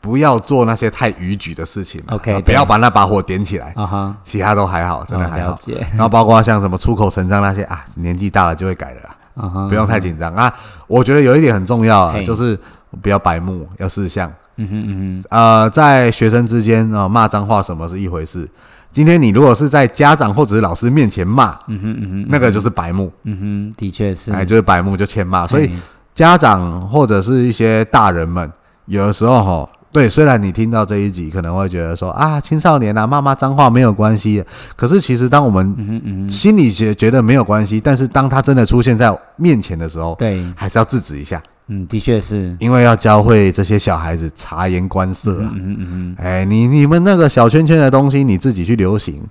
[SPEAKER 1] 不要做那些太逾矩的事情啊
[SPEAKER 2] OK，
[SPEAKER 1] 啊
[SPEAKER 2] 对
[SPEAKER 1] 不要把那把火点起来，
[SPEAKER 2] 啊哈，
[SPEAKER 1] 其他都还好，真的
[SPEAKER 2] 哦
[SPEAKER 1] 还
[SPEAKER 2] 了
[SPEAKER 1] 好。
[SPEAKER 2] 解，
[SPEAKER 1] [laughs] 然后包括像什么出口成章那些啊，年纪大了就会改的啊，
[SPEAKER 2] 啊哈，
[SPEAKER 1] 不用太紧张啊。我觉得有一点很重要啊，
[SPEAKER 2] 嘿
[SPEAKER 1] 就是不要白目，要识相。
[SPEAKER 2] 嗯哼嗯
[SPEAKER 1] 呃，在学生之间啊、骂脏话什么是一回事。今天你如果是在家长或者是老师面前骂，
[SPEAKER 2] 哼，嗯哼嗯哼，
[SPEAKER 1] 那个就是白目，
[SPEAKER 2] 嗯哼，的确是，
[SPEAKER 1] 哎，就是白目就欠骂。所以
[SPEAKER 2] 嘿
[SPEAKER 1] 家长或者是一些大人们，有的时候哈，对，虽然你听到这一集可能会觉得说啊，青少年啊，骂骂脏话没有关系，可是其实当我们
[SPEAKER 2] 嗯哼嗯哼，
[SPEAKER 1] 心里觉觉得没有关系，但是当他真的出现在面前的时候，
[SPEAKER 2] 对，
[SPEAKER 1] 还是要制止一下，
[SPEAKER 2] 嗯，的确是，
[SPEAKER 1] 因为要教会这些小孩子察言观色啊。
[SPEAKER 2] 嗯哼嗯
[SPEAKER 1] 哎，你你们那个小圈圈的东西，你自己去流行，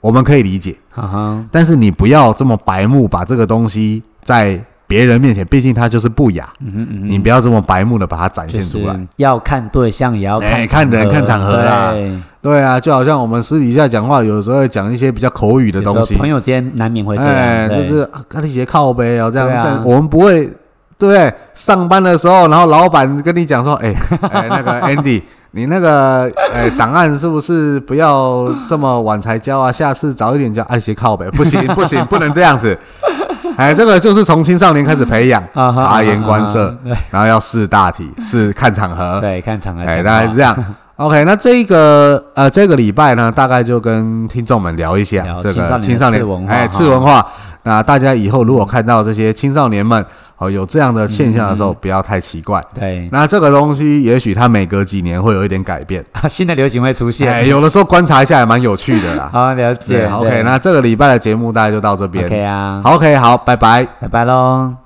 [SPEAKER 1] 我们可以理解。
[SPEAKER 2] 啊哼，哈哈，
[SPEAKER 1] 但是你不要这么白目，把这个东西在别人面前，毕竟他就是不雅，
[SPEAKER 2] 嗯哼嗯哼
[SPEAKER 1] 你不要这么白目的把它展
[SPEAKER 2] 就
[SPEAKER 1] 现出来。
[SPEAKER 2] 是要看对象，也要
[SPEAKER 1] 哎
[SPEAKER 2] 看
[SPEAKER 1] 看人
[SPEAKER 2] 合
[SPEAKER 1] 看场合啦
[SPEAKER 2] 对
[SPEAKER 1] 对啊，就好像我们私底下讲话，有时候会讲一些比较口语的
[SPEAKER 2] 有时候
[SPEAKER 1] 东西，
[SPEAKER 2] 朋友间难免会这样，
[SPEAKER 1] 哎，就
[SPEAKER 2] 对
[SPEAKER 1] 是啊看你写靠背哦，这样
[SPEAKER 2] 对，啊
[SPEAKER 1] 但我们不会，对不对？上班的时候，然后老板跟你讲说，哎 [laughs] 哎，那
[SPEAKER 2] [laughs]
[SPEAKER 1] 个 Andy，你那个哎档案是不是不要这么晚才交啊？下次早一点交，哎，写靠背，不行不行，不能这样子。哎，这个就是从青少年开始培养，
[SPEAKER 2] 啊哈
[SPEAKER 1] 察言观色
[SPEAKER 2] 啊，
[SPEAKER 1] 然后要视大体，是看场合，
[SPEAKER 2] 对看场合讲话，
[SPEAKER 1] 哎，大概是这
[SPEAKER 2] [laughs]
[SPEAKER 1] 样。OK，那这一个呃，这个礼拜呢，大概就跟听众们聊一下
[SPEAKER 2] 聊
[SPEAKER 1] 这个青
[SPEAKER 2] 青
[SPEAKER 1] 少
[SPEAKER 2] 少年
[SPEAKER 1] 年
[SPEAKER 2] 的次文化
[SPEAKER 1] 哎
[SPEAKER 2] 哈
[SPEAKER 1] 次文化。那大家以后如果看到这些青少年们哦有这样的现象的
[SPEAKER 2] 嗯
[SPEAKER 1] 时候，不要太奇怪。
[SPEAKER 2] 对， [laughs]
[SPEAKER 1] 那这个东西，也许它每隔几年会有一点改变，
[SPEAKER 2] 新的流行会出
[SPEAKER 1] 哎，
[SPEAKER 2] [laughs] 现，
[SPEAKER 1] 有的时候观察一下也蛮有趣的啦。
[SPEAKER 2] 好了解
[SPEAKER 1] 对
[SPEAKER 2] [laughs] 对
[SPEAKER 1] ，OK，那这个礼拜的节目大概就到这边。
[SPEAKER 2] OK 啊，
[SPEAKER 1] 好，OK，好，拜拜。
[SPEAKER 2] 拜拜喽。